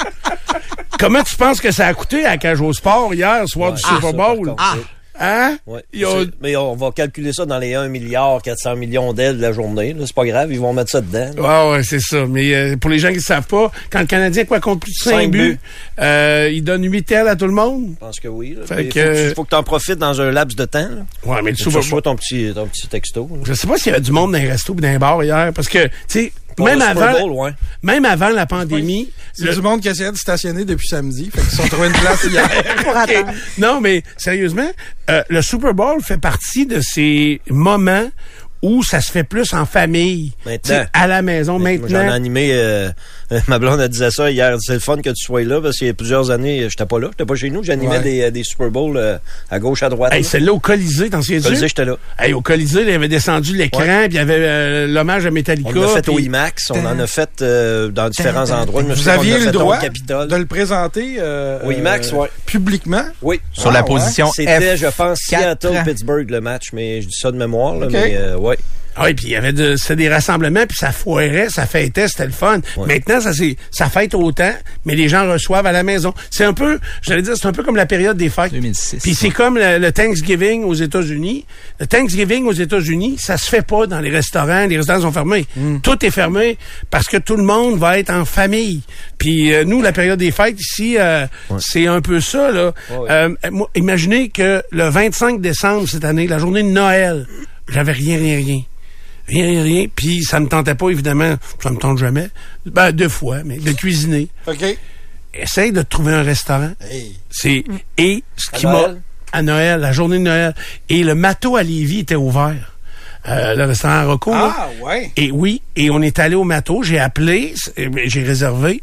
Speaker 2: Comment tu penses que ça a coûté à Cage au Sport hier, soir du
Speaker 5: Ah,
Speaker 2: Super
Speaker 5: ça, par
Speaker 2: Bowl?
Speaker 5: contre, oui.
Speaker 2: Hein?
Speaker 5: Ouais.
Speaker 2: Ils ont-
Speaker 5: C'est- Mais on va calculer ça dans les 1 milliard 400 millions d'ailes de la journée. là. C'est pas grave, ils vont mettre ça dedans. là.
Speaker 2: Ouais, ouais, c'est ça. Mais euh, pour les gens qui ne savent pas, quand le Canadien quoi compte plus de 5,
Speaker 5: Cinq
Speaker 2: buts,
Speaker 5: buts.
Speaker 2: euh, il donne 8 ailes à tout le monde.
Speaker 5: Je pense que oui. là.
Speaker 2: Fait
Speaker 5: Mais faut
Speaker 2: que-
Speaker 5: que tu- faut que t'en profites dans un laps de temps. là.
Speaker 2: Ouais, mais
Speaker 5: Faut
Speaker 2: tu
Speaker 5: que tu
Speaker 2: vas-
Speaker 5: reçois ton petit, ton petit texto. là.
Speaker 2: Je sais pas s'il y avait du monde dans les restos ou dans les bars hier, parce que, tu sais,
Speaker 5: Pour
Speaker 2: même
Speaker 5: le Super
Speaker 2: avant,
Speaker 5: Bowl, ouais.
Speaker 2: même avant la pandémie,
Speaker 1: C'est
Speaker 2: le,
Speaker 1: du monde qui essayait de stationner depuis samedi. Fait qu'ils se sont trouvés une place hier.
Speaker 3: Pour attendre.
Speaker 2: Non, mais sérieusement, euh, le Super Bowl fait partie de ces moments où ça se fait plus en famille.
Speaker 5: Maintenant.
Speaker 2: Tu sais, À la maison,
Speaker 5: Moi, J'en ai
Speaker 2: maintenant.
Speaker 5: animé, euh, ma blonde elle disait ça hier, c'est le fun que tu sois là, parce qu'il y a plusieurs années, j'étais pas là, j'étais pas chez nous, j'animais
Speaker 1: Ouais.
Speaker 5: des, euh, des Super Bowls euh, à gauche, à droite.
Speaker 2: Hey,
Speaker 5: là.
Speaker 2: celle-là au Colisée, t'en
Speaker 5: Je le
Speaker 2: souviens-tu?
Speaker 5: disais, j'étais là.
Speaker 2: Hey, au Colisée, il avait descendu l'écran, puis il y avait euh, l'hommage à Metallica.
Speaker 5: On l'a fait au
Speaker 2: puis-
Speaker 5: IMAX, on en a fait euh, dans différents endroits. Je me
Speaker 1: Vous
Speaker 5: souviens qu'on
Speaker 1: aviez
Speaker 5: l'a
Speaker 1: le
Speaker 5: fait
Speaker 1: droit
Speaker 5: au Capitole.
Speaker 1: de le présenter euh,
Speaker 5: Oui, Max, ouais.
Speaker 1: publiquement.
Speaker 5: Oui.
Speaker 4: Sur la
Speaker 1: Ah, ouais.
Speaker 4: position
Speaker 5: C'était,
Speaker 4: F.
Speaker 5: je pense,
Speaker 4: quatre.
Speaker 5: Seattle-Pittsburgh le match, mais je dis ça de mémoire, là,
Speaker 1: Ok.
Speaker 5: mais euh, ouais.
Speaker 2: Ah Oui, puis il y avait de, c'était des rassemblements, puis ça foirait, ça fêtait, c'était le fun. Maintenant, ça, c'est, ça fête autant, mais les gens reçoivent à la maison. C'est un peu, j'allais dire, c'est un peu comme la période des fêtes.
Speaker 4: 2006,
Speaker 2: Puis c'est
Speaker 4: ouais.
Speaker 2: comme le, le Thanksgiving aux États-Unis. Le Thanksgiving aux États-Unis, ça se fait pas dans les restaurants. Les restaurants sont fermés. Tout est fermé parce que tout le monde va être en famille. Puis euh, nous, la période des fêtes ici, euh, c'est un peu ça. Là. Euh, moi, imaginez que le 25 décembre cette année, la journée de Noël, j'avais rien, rien, rien. Rien, rien, rien. Puis ça me tentait pas, évidemment. Ça me tente jamais. Ben, deux fois, mais de cuisiner.
Speaker 1: OK.
Speaker 2: Essaye de trouver un restaurant.
Speaker 1: Hey.
Speaker 2: C'est et ce qui
Speaker 5: À
Speaker 2: m'a
Speaker 5: Noël?
Speaker 2: à Noël, la journée de Noël et le Mato à Lévis était ouvert. Euh, le restaurant Rocco. là.
Speaker 1: Ah, ouais.
Speaker 2: Et oui, et on est allé au Mato, j'ai appelé, c- euh, j'ai réservé.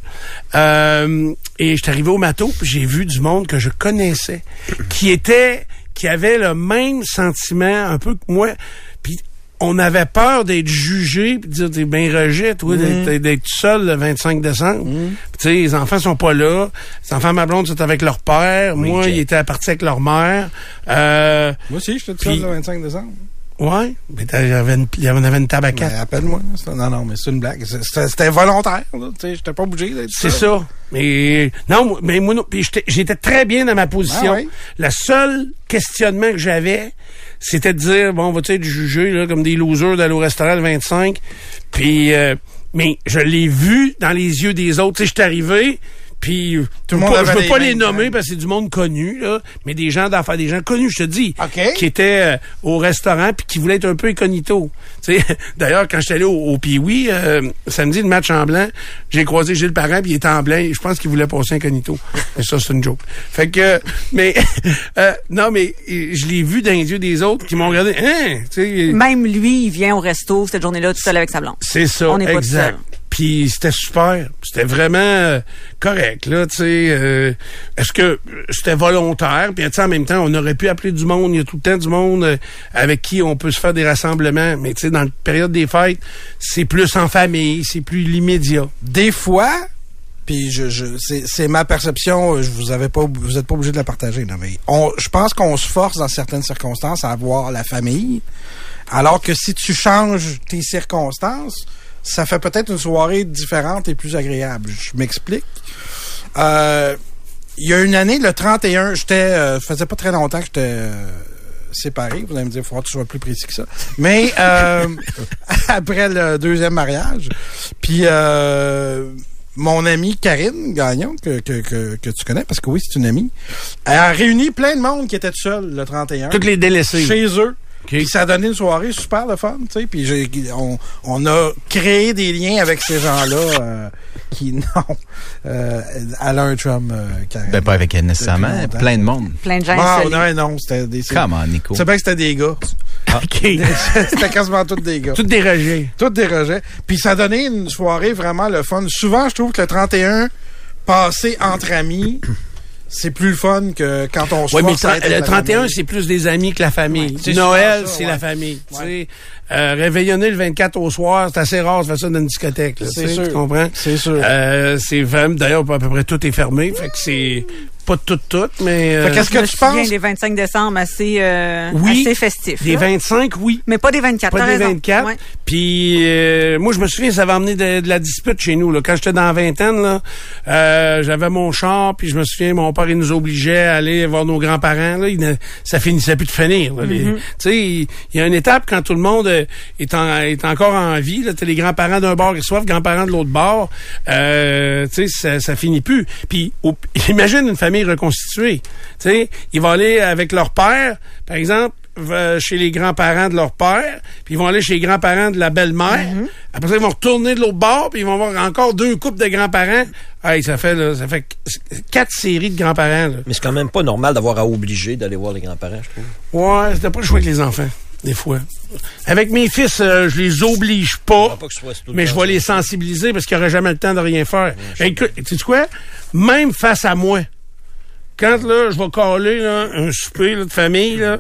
Speaker 2: Euh, et je suis arrivé au Mato, puis j'ai vu du monde que je connaissais qui était qui avait le même sentiment un peu que moi. Puis on avait peur d'être jugé, puis de dire t'es bien rejet, toi, d'être- d'être- d'être seul le 25 décembre. Puis Tu sais, les enfants sont pas là. Les enfants, ma blonde, sont avec leur père. moi,
Speaker 5: Jack.
Speaker 2: ils étaient partis avec leur mère. Euh,
Speaker 1: Moi aussi, je suis tout
Speaker 2: Puis-
Speaker 1: seul le 25 décembre.
Speaker 2: ouais, mais t'as- il y avait une- il y en avait une table à
Speaker 1: Ben,
Speaker 2: quatre.
Speaker 1: Appelle-moi. C'est- Non, non, mais c'est une blague. C'est- C'était c'était volontaire. là. Tu sais, J'étais pas bougé d'être
Speaker 2: C'est
Speaker 1: seul.
Speaker 2: ça. Mais non, moi- mais moi non. Puis j'étais- j'étais très bien dans ma position.
Speaker 1: Ah ouais?
Speaker 2: La seule questionnement que j'avais, c'était de dire bon, on va être jugé là, comme des losers d'aller au restaurant le 25. Puis euh, mais je l'ai vu dans les yeux des autres. Tu sais, j'étais arrivé. Puis euh,
Speaker 1: Tout le monde
Speaker 2: pas-
Speaker 1: avait
Speaker 2: je veux
Speaker 1: les
Speaker 2: pas les
Speaker 1: mêmes
Speaker 2: nommer
Speaker 1: gangs.
Speaker 2: parce que c'est du monde connu là, mais des gens d'affaires, des gens connus, je te dis,
Speaker 1: OK.
Speaker 2: qui étaient euh, au restaurant puis qui voulaient être un peu incognito. Tu sais, d'ailleurs quand j'étais allé au, au Pee-Wee euh, samedi le match en blanc, j'ai croisé Gilles Parent puis il était en blanc, et je pense qu'il voulait passer incognito. mais ça c'est une joke. Fait que mais euh, non mais euh, je l'ai vu dans les yeux des autres qui m'ont regardé, hein, tu sais,
Speaker 3: Même lui, il vient au resto cette journée-là tout seul avec sa blonde.
Speaker 2: c'est ça,
Speaker 3: On n'est pas tout
Speaker 2: exact.
Speaker 3: seul.
Speaker 2: Puis c'était super, c'était vraiment euh, correct là, tu sais. euh, Est-ce que euh, c'était volontaire Puis tu sais, en même temps, on aurait pu appeler du monde. Il y a tout le temps du monde euh, avec qui on peut se faire des rassemblements. Mais tu sais, dans la période des fêtes, c'est plus en famille, c'est plus l'immédiat.
Speaker 1: Des fois, puis je, je, c'est c'est ma perception, euh, je vous avais pas, vous êtes pas obligé de la partager, là, mais on, je pense qu'on se force dans certaines circonstances à avoir la famille, alors que si tu changes tes circonstances, ça fait peut-être une soirée différente et plus agréable. Je m'explique. Euh, il y a une année, le 31, j'étais, euh, ça faisait pas très longtemps que j'étais euh, séparé. Vous allez me dire, il faudra que tu sois plus précis que ça. Mais euh, après le deuxième mariage, puis euh, mon amie Karine Gagnon, que, que, que, que tu connais, parce que oui, c'est une amie, elle a réuni plein de monde qui était tout seul le 31
Speaker 2: Toutes les délaissés.
Speaker 1: chez eux.
Speaker 2: OK.
Speaker 1: Puis ça a donné une soirée super le fun, tu sais. Puis j'ai- on, on a créé des liens avec ces gens-là euh, qui, non, euh, elle a un chum, euh, Karen.
Speaker 4: Ben, pas avec elle nécessairement.
Speaker 1: Depuis longtemps.
Speaker 4: Plein de monde.
Speaker 3: Plein de gens
Speaker 1: Ah,
Speaker 3: isolés.
Speaker 1: non, non, c'était des...
Speaker 4: Come on, Nico.
Speaker 1: Tu sais bien que c'était des gars.
Speaker 2: Ok.
Speaker 1: c'était quasiment tous des gars.
Speaker 2: Ah. tout dérogé.
Speaker 1: Tout des rejets. Puis ça a donné une soirée vraiment le fun. Souvent, je trouve que le 31, passé entre amis, c'est plus le fun que quand on se
Speaker 2: Oui, mais
Speaker 1: force à
Speaker 2: le
Speaker 1: être
Speaker 2: tra- le
Speaker 1: avec la
Speaker 2: 31,
Speaker 1: famille.
Speaker 2: c'est plus des amis que la famille.
Speaker 1: Ouais, c'est
Speaker 2: Noël,
Speaker 1: souvent ça,
Speaker 2: c'est
Speaker 1: ouais.
Speaker 2: la famille. tu sais. Euh, réveillonner le 24 au soir, c'est assez rare de faire ça dans une discothèque. là,
Speaker 1: C'est
Speaker 2: tu sais,
Speaker 1: sûr.
Speaker 2: Tu comprends?
Speaker 1: C'est sûr.
Speaker 2: Euh, c'est vraiment... D'ailleurs, à peu près tout est fermé. Fait que c'est pas tout, tout, mais... euh,
Speaker 3: Je me souviens des 25 décembre assez, euh,
Speaker 2: Oui.
Speaker 3: assez festifs.
Speaker 2: Des
Speaker 3: là.
Speaker 2: 25, oui.
Speaker 3: Mais pas des 24,
Speaker 2: Pas
Speaker 3: t'as
Speaker 2: des
Speaker 3: raison.
Speaker 2: 24.
Speaker 3: Ouais.
Speaker 2: Puis euh, moi, je me souviens, ça va amener de, de la dispute chez nous. Là. Quand j'étais dans la vingtaine, là, euh, j'avais mon char, puis je me souviens, mon père, il nous obligeait à aller voir nos grands-parents. Là, Il ne- ça finissait plus de finir. là. Les-
Speaker 8: Mhm.
Speaker 2: Tu sais, il il y a une étape quand tout le monde euh, est, en- est encore en vie. Là, T'as les grands-parents d'un bord qui reçoivent, grands-parents de l'autre bord. Euh, tu sais, ça, ça finit plus. Puis au- imagine une famille reconstituée. Tu sais, ils vont aller avec leur père, par exemple, va chez les grands-parents de leur père, puis ils vont aller chez les grands-parents de la belle-mère. Après ça, ils vont retourner de l'autre bord, puis ils vont voir encore deux couples de grands-parents. Hey, ça fait là, ça fait qu- quatre séries de grands-parents. là.
Speaker 5: Mais c'est quand même pas normal d'avoir à obliger d'aller voir les grands-parents, je trouve.
Speaker 2: Ouais, c'était pas le choix avec les enfants, des fois. Avec mes fils, euh, je les oblige pas,
Speaker 5: que ce soit tout le
Speaker 2: mais
Speaker 5: temps,
Speaker 2: je vais les sensibiliser parce qu'ils n'auraient jamais le temps de rien faire. Écoute, tu sais quoi? Même face à moi, quand là, je vais caler là, un souper là, de famille, là,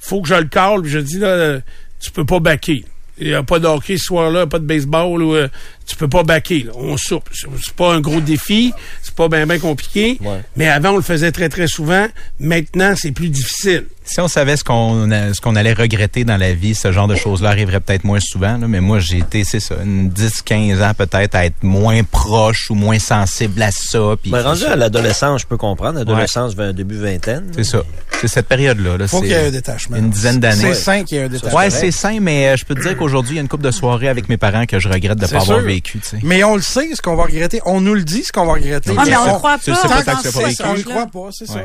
Speaker 2: faut que je le cale, puis je dis là, euh, tu peux pas baquer. Il n'y a pas de hockey ce soir-là, pas de baseball ou euh, tu peux pas baquer. là. On soupe. C'est- C'est pas un gros défi, c'est pas bien ben compliqué. Mais avant, on le faisait très très souvent. Maintenant, c'est plus difficile.
Speaker 4: Si on savait ce qu'on a- ce qu'on allait regretter dans la vie, ce genre de choses-là arriverait peut-être moins souvent. là, mais moi, j'ai été, c'est ça, une 10, 15 ans peut-être à être moins proche ou moins sensible à ça. puis-
Speaker 5: Mais rendu à l'adolescence, je peux comprendre. L'adolescence, vers début vingtaine.
Speaker 4: C'est ça. C'est cette période-là. là,
Speaker 1: Faut
Speaker 4: c'est
Speaker 1: qu'il y ait un détachement.
Speaker 4: Une dizaine d'années.
Speaker 1: C'est sain qu'il y ait un détachement.
Speaker 4: Ouais, c'est sain, mais euh, je peux te dire qu'aujourd'hui, il y a une couple de soirées avec mes parents que je regrette de ne
Speaker 1: C'est
Speaker 4: pas avoir
Speaker 1: sûr.
Speaker 4: vécu. tu sais.
Speaker 1: Mais on le sait, ce qu'on va regretter. On nous le dit, ce qu'on va regretter.
Speaker 4: Ah, mais on le croit
Speaker 1: Tu le
Speaker 4: pas,
Speaker 1: sais
Speaker 4: on
Speaker 1: tant
Speaker 4: pense
Speaker 1: que
Speaker 4: que c'est
Speaker 1: c'est
Speaker 4: pas
Speaker 1: ça, On le
Speaker 4: vécu.
Speaker 1: croit pas, c'est ça.
Speaker 4: Ouais.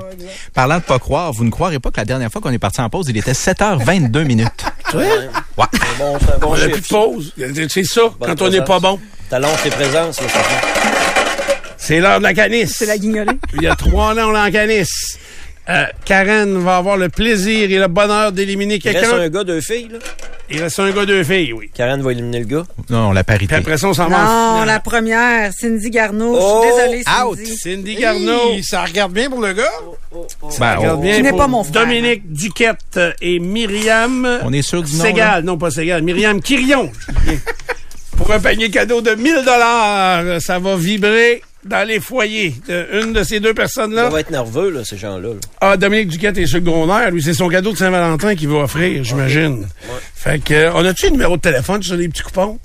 Speaker 4: Parlant de pas croire, vous ne croirez pas que la dernière fois qu'on est parti en pause, il était 7h22 minutes.
Speaker 5: Ouais.
Speaker 4: Ouais.
Speaker 5: Bon,
Speaker 2: On n'a plus de pause. C'est ça, quand on n'est pas bon.
Speaker 5: T'allonges tes présences, là, ça fait.
Speaker 2: C'est l'heure de la canisse. C'est la
Speaker 3: guignolée.
Speaker 2: Il y a trois noms en canisse. Euh, Karen va avoir le plaisir et le bonheur d'éliminer
Speaker 5: Il reste un
Speaker 2: quelqu'un.
Speaker 5: gars, deux filles, là.
Speaker 2: Il reste un gars, deux filles, oui.
Speaker 5: Karen va éliminer le gars.
Speaker 4: Non, la parité.
Speaker 2: après ça, on s'en va. en
Speaker 3: Non,
Speaker 2: finale.
Speaker 3: la première, Cindy Garneau.
Speaker 2: Oh,
Speaker 3: je suis désolée, Cindy.
Speaker 2: Cindy Garneau. Oh.
Speaker 1: Hey, ça regarde bien pour le gars.
Speaker 4: Ben,
Speaker 2: Regarde
Speaker 4: on-
Speaker 2: bien
Speaker 3: Tu n'es
Speaker 2: pour
Speaker 3: pas mon frère.
Speaker 2: Dominique Duquette euh, et Myriam.
Speaker 4: On est sûr du nom, là?
Speaker 2: Ségal, non pas Ségal. Myriam Quirion. pour un panier cadeau de 1000 dollars, ça va vibrer dans les foyers. De- une de ces deux personnes-là.
Speaker 5: On va être nerveux, là, ces gens-là. là.
Speaker 2: Ah, Dominique Duquette est secondaire. Lui, c'est son cadeau de Saint-Valentin qu'il va offrir, j'imagine. Fait que, euh, on a-tu un numéro de téléphone sur les petits coupons?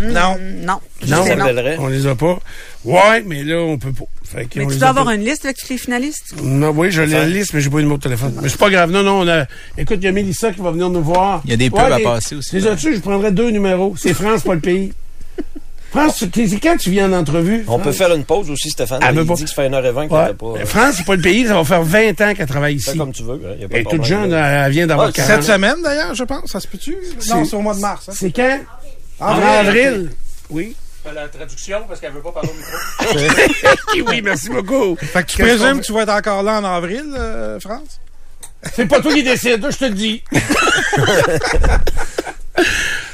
Speaker 3: Non. Non.
Speaker 2: Non,
Speaker 3: Je sais non.
Speaker 2: on les a pas. Ouais, mais là, on peut pas. Fait que
Speaker 3: Mais
Speaker 2: on
Speaker 3: tu
Speaker 2: les
Speaker 3: dois
Speaker 2: a
Speaker 3: avoir
Speaker 2: pas.
Speaker 3: une liste avec tous les finalistes.
Speaker 2: Non, oui, je l'ai la liste, mais j'ai pas eu de numéro de téléphone. Mais c'est pas grave. Non, non, on a. Écoute, il y a Mélissa qui va venir nous voir.
Speaker 4: Il y a des pubs à passer aussi,
Speaker 2: Les
Speaker 4: là.
Speaker 2: as-tu? Je prendrais deux numéros. C'est France, pas le pays. France, tu- c'est quand tu viens en entrevue?
Speaker 5: On peut
Speaker 2: France?
Speaker 5: faire une pause aussi, Stéphane.
Speaker 2: Ah,
Speaker 5: Il
Speaker 2: mais
Speaker 5: dit
Speaker 2: pas-
Speaker 5: que ça fait 1h20 qu'on
Speaker 2: Ouais.
Speaker 5: n'a pas.
Speaker 2: Mais France, c'est pas le pays. Ça va faire 20 ans qu'elle travaille
Speaker 5: Fais
Speaker 2: ici.
Speaker 5: comme tu veux. hein, y a pas de
Speaker 2: Elle est toute
Speaker 5: problème,
Speaker 2: jeune.
Speaker 5: là.
Speaker 2: Elle vient d'avoir
Speaker 5: Ah,
Speaker 1: Cette
Speaker 2: 40
Speaker 1: semaine, d'ailleurs, je pense. Ça se peut-tu? Non, c'est au mois de mars. hein. Ah,
Speaker 2: C'est quand?
Speaker 1: En
Speaker 2: En
Speaker 1: avril.
Speaker 2: avril. Oui.
Speaker 9: La traduction, parce qu'elle veut pas parler au micro.
Speaker 2: oui, merci beaucoup.
Speaker 1: Fait que tu présumes que tu vas être encore là en avril, euh, France?
Speaker 2: C'est pas toi qui décide, je te le dis.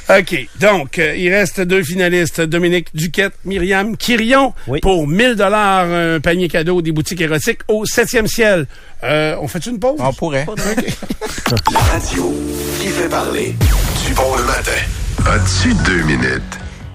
Speaker 2: OK. Donc, euh, il reste deux finalistes, Dominique Duquette, Myriam Quirion, pour 1000 dollars un panier cadeau des boutiques érotiques au 7e ciel. Euh, on fait une pause?
Speaker 1: Ah.
Speaker 2: On
Speaker 4: pourrait.
Speaker 10: La radio qui fait parler. Du bon le matin. As-tu deux minutes?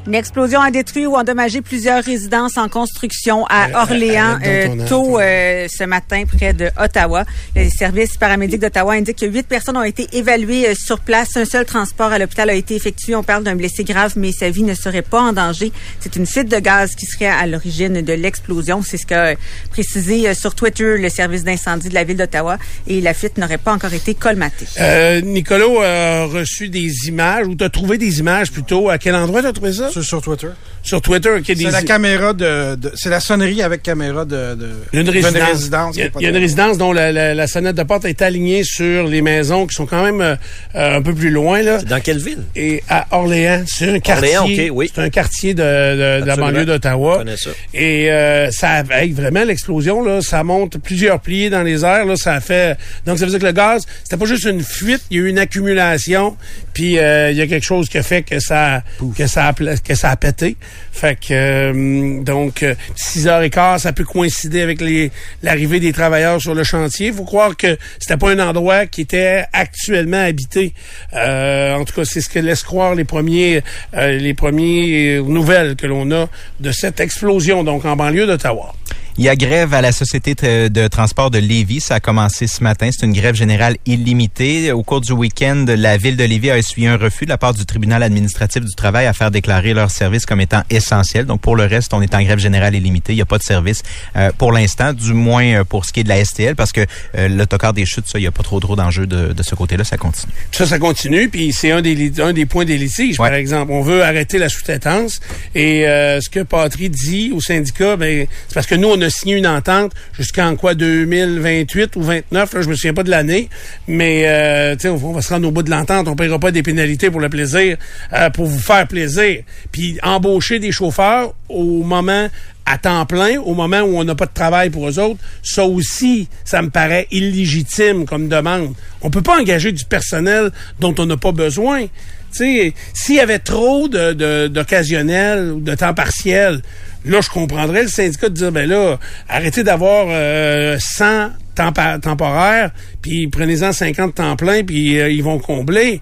Speaker 3: Une explosion a détruit ou endommagé plusieurs résidences en construction à Orléans
Speaker 10: arrête donc ton
Speaker 3: euh, tôt euh, ce matin près de Ottawa. Les services paramédics d'Ottawa indiquent que huit personnes ont été évaluées euh, sur place. Un seul transport à l'hôpital a été effectué. On parle d'un blessé grave, mais sa vie ne serait pas en danger. C'est une fuite de gaz qui serait à l'origine de l'explosion. C'est ce qu'a euh, précisé euh, sur Twitter le service d'incendie de la ville d'Ottawa. Et la fuite n'aurait pas encore été colmatée.
Speaker 2: Euh, Nicolo a reçu des images, ou t'as trouvé des images plutôt. À quel endroit t'as trouvé ça? Sur,
Speaker 1: Twitter.
Speaker 2: Sur Twitter. ok, des
Speaker 1: C'est la
Speaker 2: i-
Speaker 1: caméra de, de- c'est la sonnerie avec caméra de, de
Speaker 2: Il y a une
Speaker 1: d'une
Speaker 2: résidence.
Speaker 1: résidence
Speaker 2: Il y a,
Speaker 1: qui est pas
Speaker 2: il y a une
Speaker 1: de-
Speaker 2: résidence dont la, la- la sonnette de porte est alignée sur les maisons qui sont quand même euh, euh, un peu plus loin. Là.
Speaker 5: Dans quelle ville?
Speaker 2: Et à Orléans. C'est un quartier.
Speaker 5: Orléans, ok, oui.
Speaker 2: C'est un quartier de, de- de la
Speaker 5: Absolument.
Speaker 2: banlieue
Speaker 5: Je
Speaker 2: d'Ottawa.
Speaker 5: connais ça.
Speaker 2: Et euh, ça avec vraiment l'explosion là, ça monte plusieurs pliés dans les airs là, ça a fait donc ça veut dire que le gaz, c'était pas juste une fuite, il y a eu une accumulation, puis euh, il y a quelque chose qui a fait que ça que ça a, pla- que ça a pété. Fait que, euh, donc, euh, 6h15, ça peut coïncider avec les- l'arrivée des travailleurs sur le chantier. faut croire que c'était pas un endroit qui était actuellement habité. Euh, en tout cas, c'est ce que laissent croire les premiers, euh, les premiers nouvelles que l'on a de cette explosion, donc, en banlieue d'Ottawa.
Speaker 4: Il y a grève à la Société t- de transport de Lévis. Ça a commencé ce matin. C'est une grève générale illimitée. Au cours du week-end, la ville de Lévis a essuyé un refus de la part du tribunal administratif du travail à faire déclarer leurs services comme étant essentiels. Donc, pour le reste, on est en grève générale illimitée. Il n'y a pas de service euh, pour l'instant, du moins euh, pour ce qui est de la STL, parce que euh, l'autocar des chutes, ça, il n'y a pas trop trop d'enjeux de, de ce côté-là. Ça continue.
Speaker 2: Ça, ça continue, puis c'est un des, li- un des points des litiges, par exemple. On veut arrêter la sous-traitance, et euh, ce que Patry dit au syndicat, ben, c'est parce que nous, on a signé une entente jusqu'en quoi, 2028 ou 29, là, je me souviens pas de l'année, mais euh, tu sais, on, va- on va se rendre au bout de l'entente, on paiera pas des pénalités pour le plaisir, euh, pour vous faire plaisir. Puis embaucher des chauffeurs au moment à temps plein, au moment où on n'a pas de travail pour eux autres, ça aussi, ça me paraît illégitime comme demande. On peut pas engager du personnel dont on n'a pas besoin. Tu sais, s'il y avait trop de- de- d'occasionnels ou de temps partiel, là, je comprendrais le syndicat de dire, ben là, arrêtez d'avoir euh, 100 temps pa- temporaires, puis prenez-en 50 temps plein, puis euh, ils vont combler.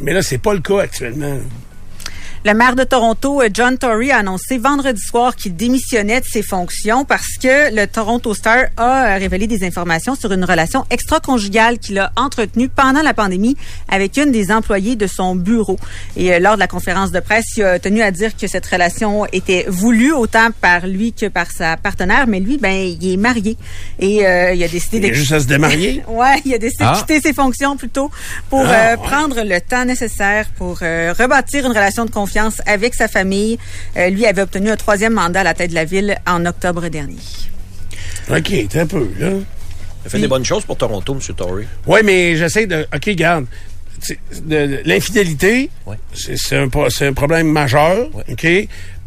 Speaker 2: Mais là, c'est pas le cas actuellement.
Speaker 3: Le maire de Toronto, euh, John Tory, a annoncé vendredi soir qu'il démissionnait de ses fonctions parce que le Toronto Star a euh, révélé des informations sur une relation extra-conjugale qu'il a entretenue pendant la pandémie avec une des employées de son bureau. Et euh, lors de la conférence de presse, il a tenu à dire que cette relation était voulue autant par lui que par sa partenaire, mais lui, ben, il est marié et euh, il a décidé
Speaker 2: Il a
Speaker 3: de-
Speaker 2: juste à se démarier?
Speaker 3: ouais, il a décidé
Speaker 2: Ah.
Speaker 3: de quitter ses fonctions plutôt pour
Speaker 2: Ah,
Speaker 3: euh,
Speaker 2: ouais.
Speaker 3: prendre le temps nécessaire pour euh, rebâtir une relation de confiance avec sa famille. Euh, lui avait obtenu un troisième mandat à la tête de la ville en octobre dernier.
Speaker 2: OK, t'es un peu, là.
Speaker 5: Il fait des bonnes choses pour Toronto, M. Tory.
Speaker 2: Oui, mais j'essaie de. OK, garde. C'est- de- de- L'infidélité, c'est c'est un, pro- c'est un problème majeur, OK?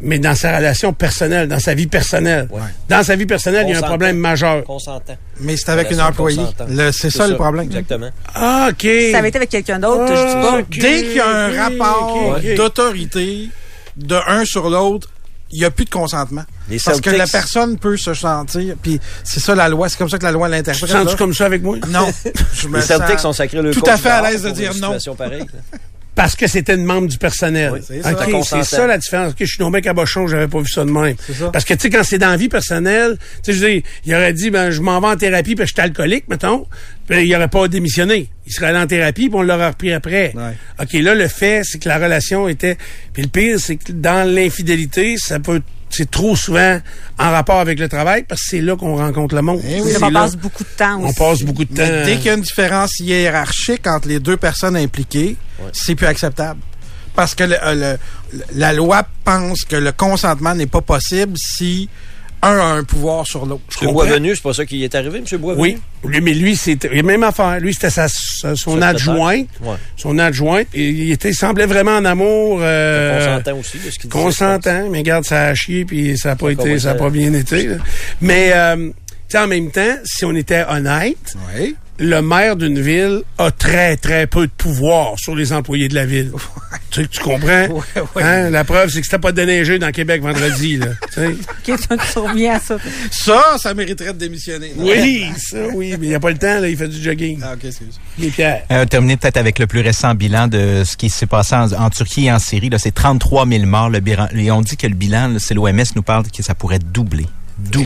Speaker 2: Mais dans sa relation personnelle, dans sa vie personnelle. Dans sa vie personnelle, il y a un
Speaker 5: Consentant.
Speaker 2: problème majeur.
Speaker 5: Consentant.
Speaker 1: Mais c'est avec une
Speaker 5: Relation de
Speaker 1: employée.
Speaker 5: consentant.
Speaker 1: Le- c'est ça, le problème.
Speaker 5: Exactement.
Speaker 2: Ah, OK.
Speaker 3: Ça avait été avec quelqu'un d'autre, je dis pas.
Speaker 1: Dès qu'il y a un rapport
Speaker 5: Ah, ok, ok.
Speaker 1: d'autorité de un sur l'autre, il n'y a plus de consentement.
Speaker 5: Les
Speaker 1: Parce que la
Speaker 5: Celtics-
Speaker 1: personne peut se sentir. Puis c'est ça la loi. C'est comme ça que la loi
Speaker 2: Tu te
Speaker 1: l'interprète.
Speaker 2: sens-tu
Speaker 1: là.
Speaker 2: comme ça avec moi?
Speaker 1: Non. Je me
Speaker 5: Les Celtics
Speaker 1: sens
Speaker 5: ont sacré le
Speaker 1: Tout
Speaker 5: coach
Speaker 1: à fait à
Speaker 5: dehors
Speaker 1: l'aise de
Speaker 5: pour
Speaker 1: dire
Speaker 5: une
Speaker 1: non.
Speaker 5: situation pareille, là.
Speaker 2: Parce que c'était une membre du personnel. Ah,
Speaker 5: c'est ça.
Speaker 2: OK,
Speaker 5: T'as consentant.
Speaker 2: c'est ça la différence. OK, je suis nommé cabochon, j'avais pas vu ça de même.
Speaker 5: ça.
Speaker 2: Parce que, tu sais, quand c'est dans la vie personnelle, tu sais, je veux dire, il aurait dit, ben, je m'en vais en thérapie parce que je suis alcoolique, mettons. Ben, il aurait pas démissionné. Il serait allé en thérapie puis on l'aurait repris après. OK, là, le fait, c'est que la relation était... Puis le pire, c'est que dans l'infidélité, ça peut... C'est trop souvent en rapport avec le travail parce que c'est là qu'on rencontre le monde.
Speaker 3: Eh
Speaker 1: oui.
Speaker 2: Ah, C'est
Speaker 1: On
Speaker 2: là-
Speaker 1: passe
Speaker 3: beaucoup de temps
Speaker 2: On passe beaucoup de temps.
Speaker 1: Mais dès qu'il y a une différence hiérarchique entre les deux personnes impliquées, c'est plus acceptable. Parce que le- euh, le- le- la loi pense que le consentement n'est pas possible si un a un pouvoir sur l'autre.
Speaker 5: M. Boisvenu, c'est pas ça qui est arrivé, M. Boisvenu?
Speaker 2: Oui, lui, mais lui, c'était la même affaire. Lui, c'était sa, sa- son
Speaker 5: Secrétaire.
Speaker 2: adjointe.
Speaker 5: Ouais.
Speaker 2: Son adjointe. Et il était, il semblait vraiment en amour. euh,
Speaker 5: Consentant aussi, de ce qu'il disait.
Speaker 2: Consentant, mais regarde, ça a chié, puis ça n'a pas,
Speaker 5: Ça a pas
Speaker 2: été, ça a
Speaker 5: été-
Speaker 2: pas bien été. là. Mais euh, tu sais, en même temps, si on était honnête, le maire d'une ville a très, très peu de pouvoir sur les employés de la ville. Tu, tu comprends? Hein? La preuve, c'est que c'était pas déneigé dans Québec vendredi. Là, tu sais.
Speaker 3: OK, tu tu reviens à ça.
Speaker 1: Ça, ça mériterait de démissionner. non?
Speaker 2: oui, ça, oui, mais il n'y a pas le temps, là, il fait du jogging.
Speaker 1: Ah, ok, excuse.
Speaker 2: Les pierres.
Speaker 4: Euh, terminer peut-être avec le plus récent bilan de ce qui s'est passé en, en Turquie et en Syrie. Là, c'est 33 000 morts. Le bilan, et on dit que le bilan, là, c'est l'OMS nous parle que ça pourrait doubler. Doubler.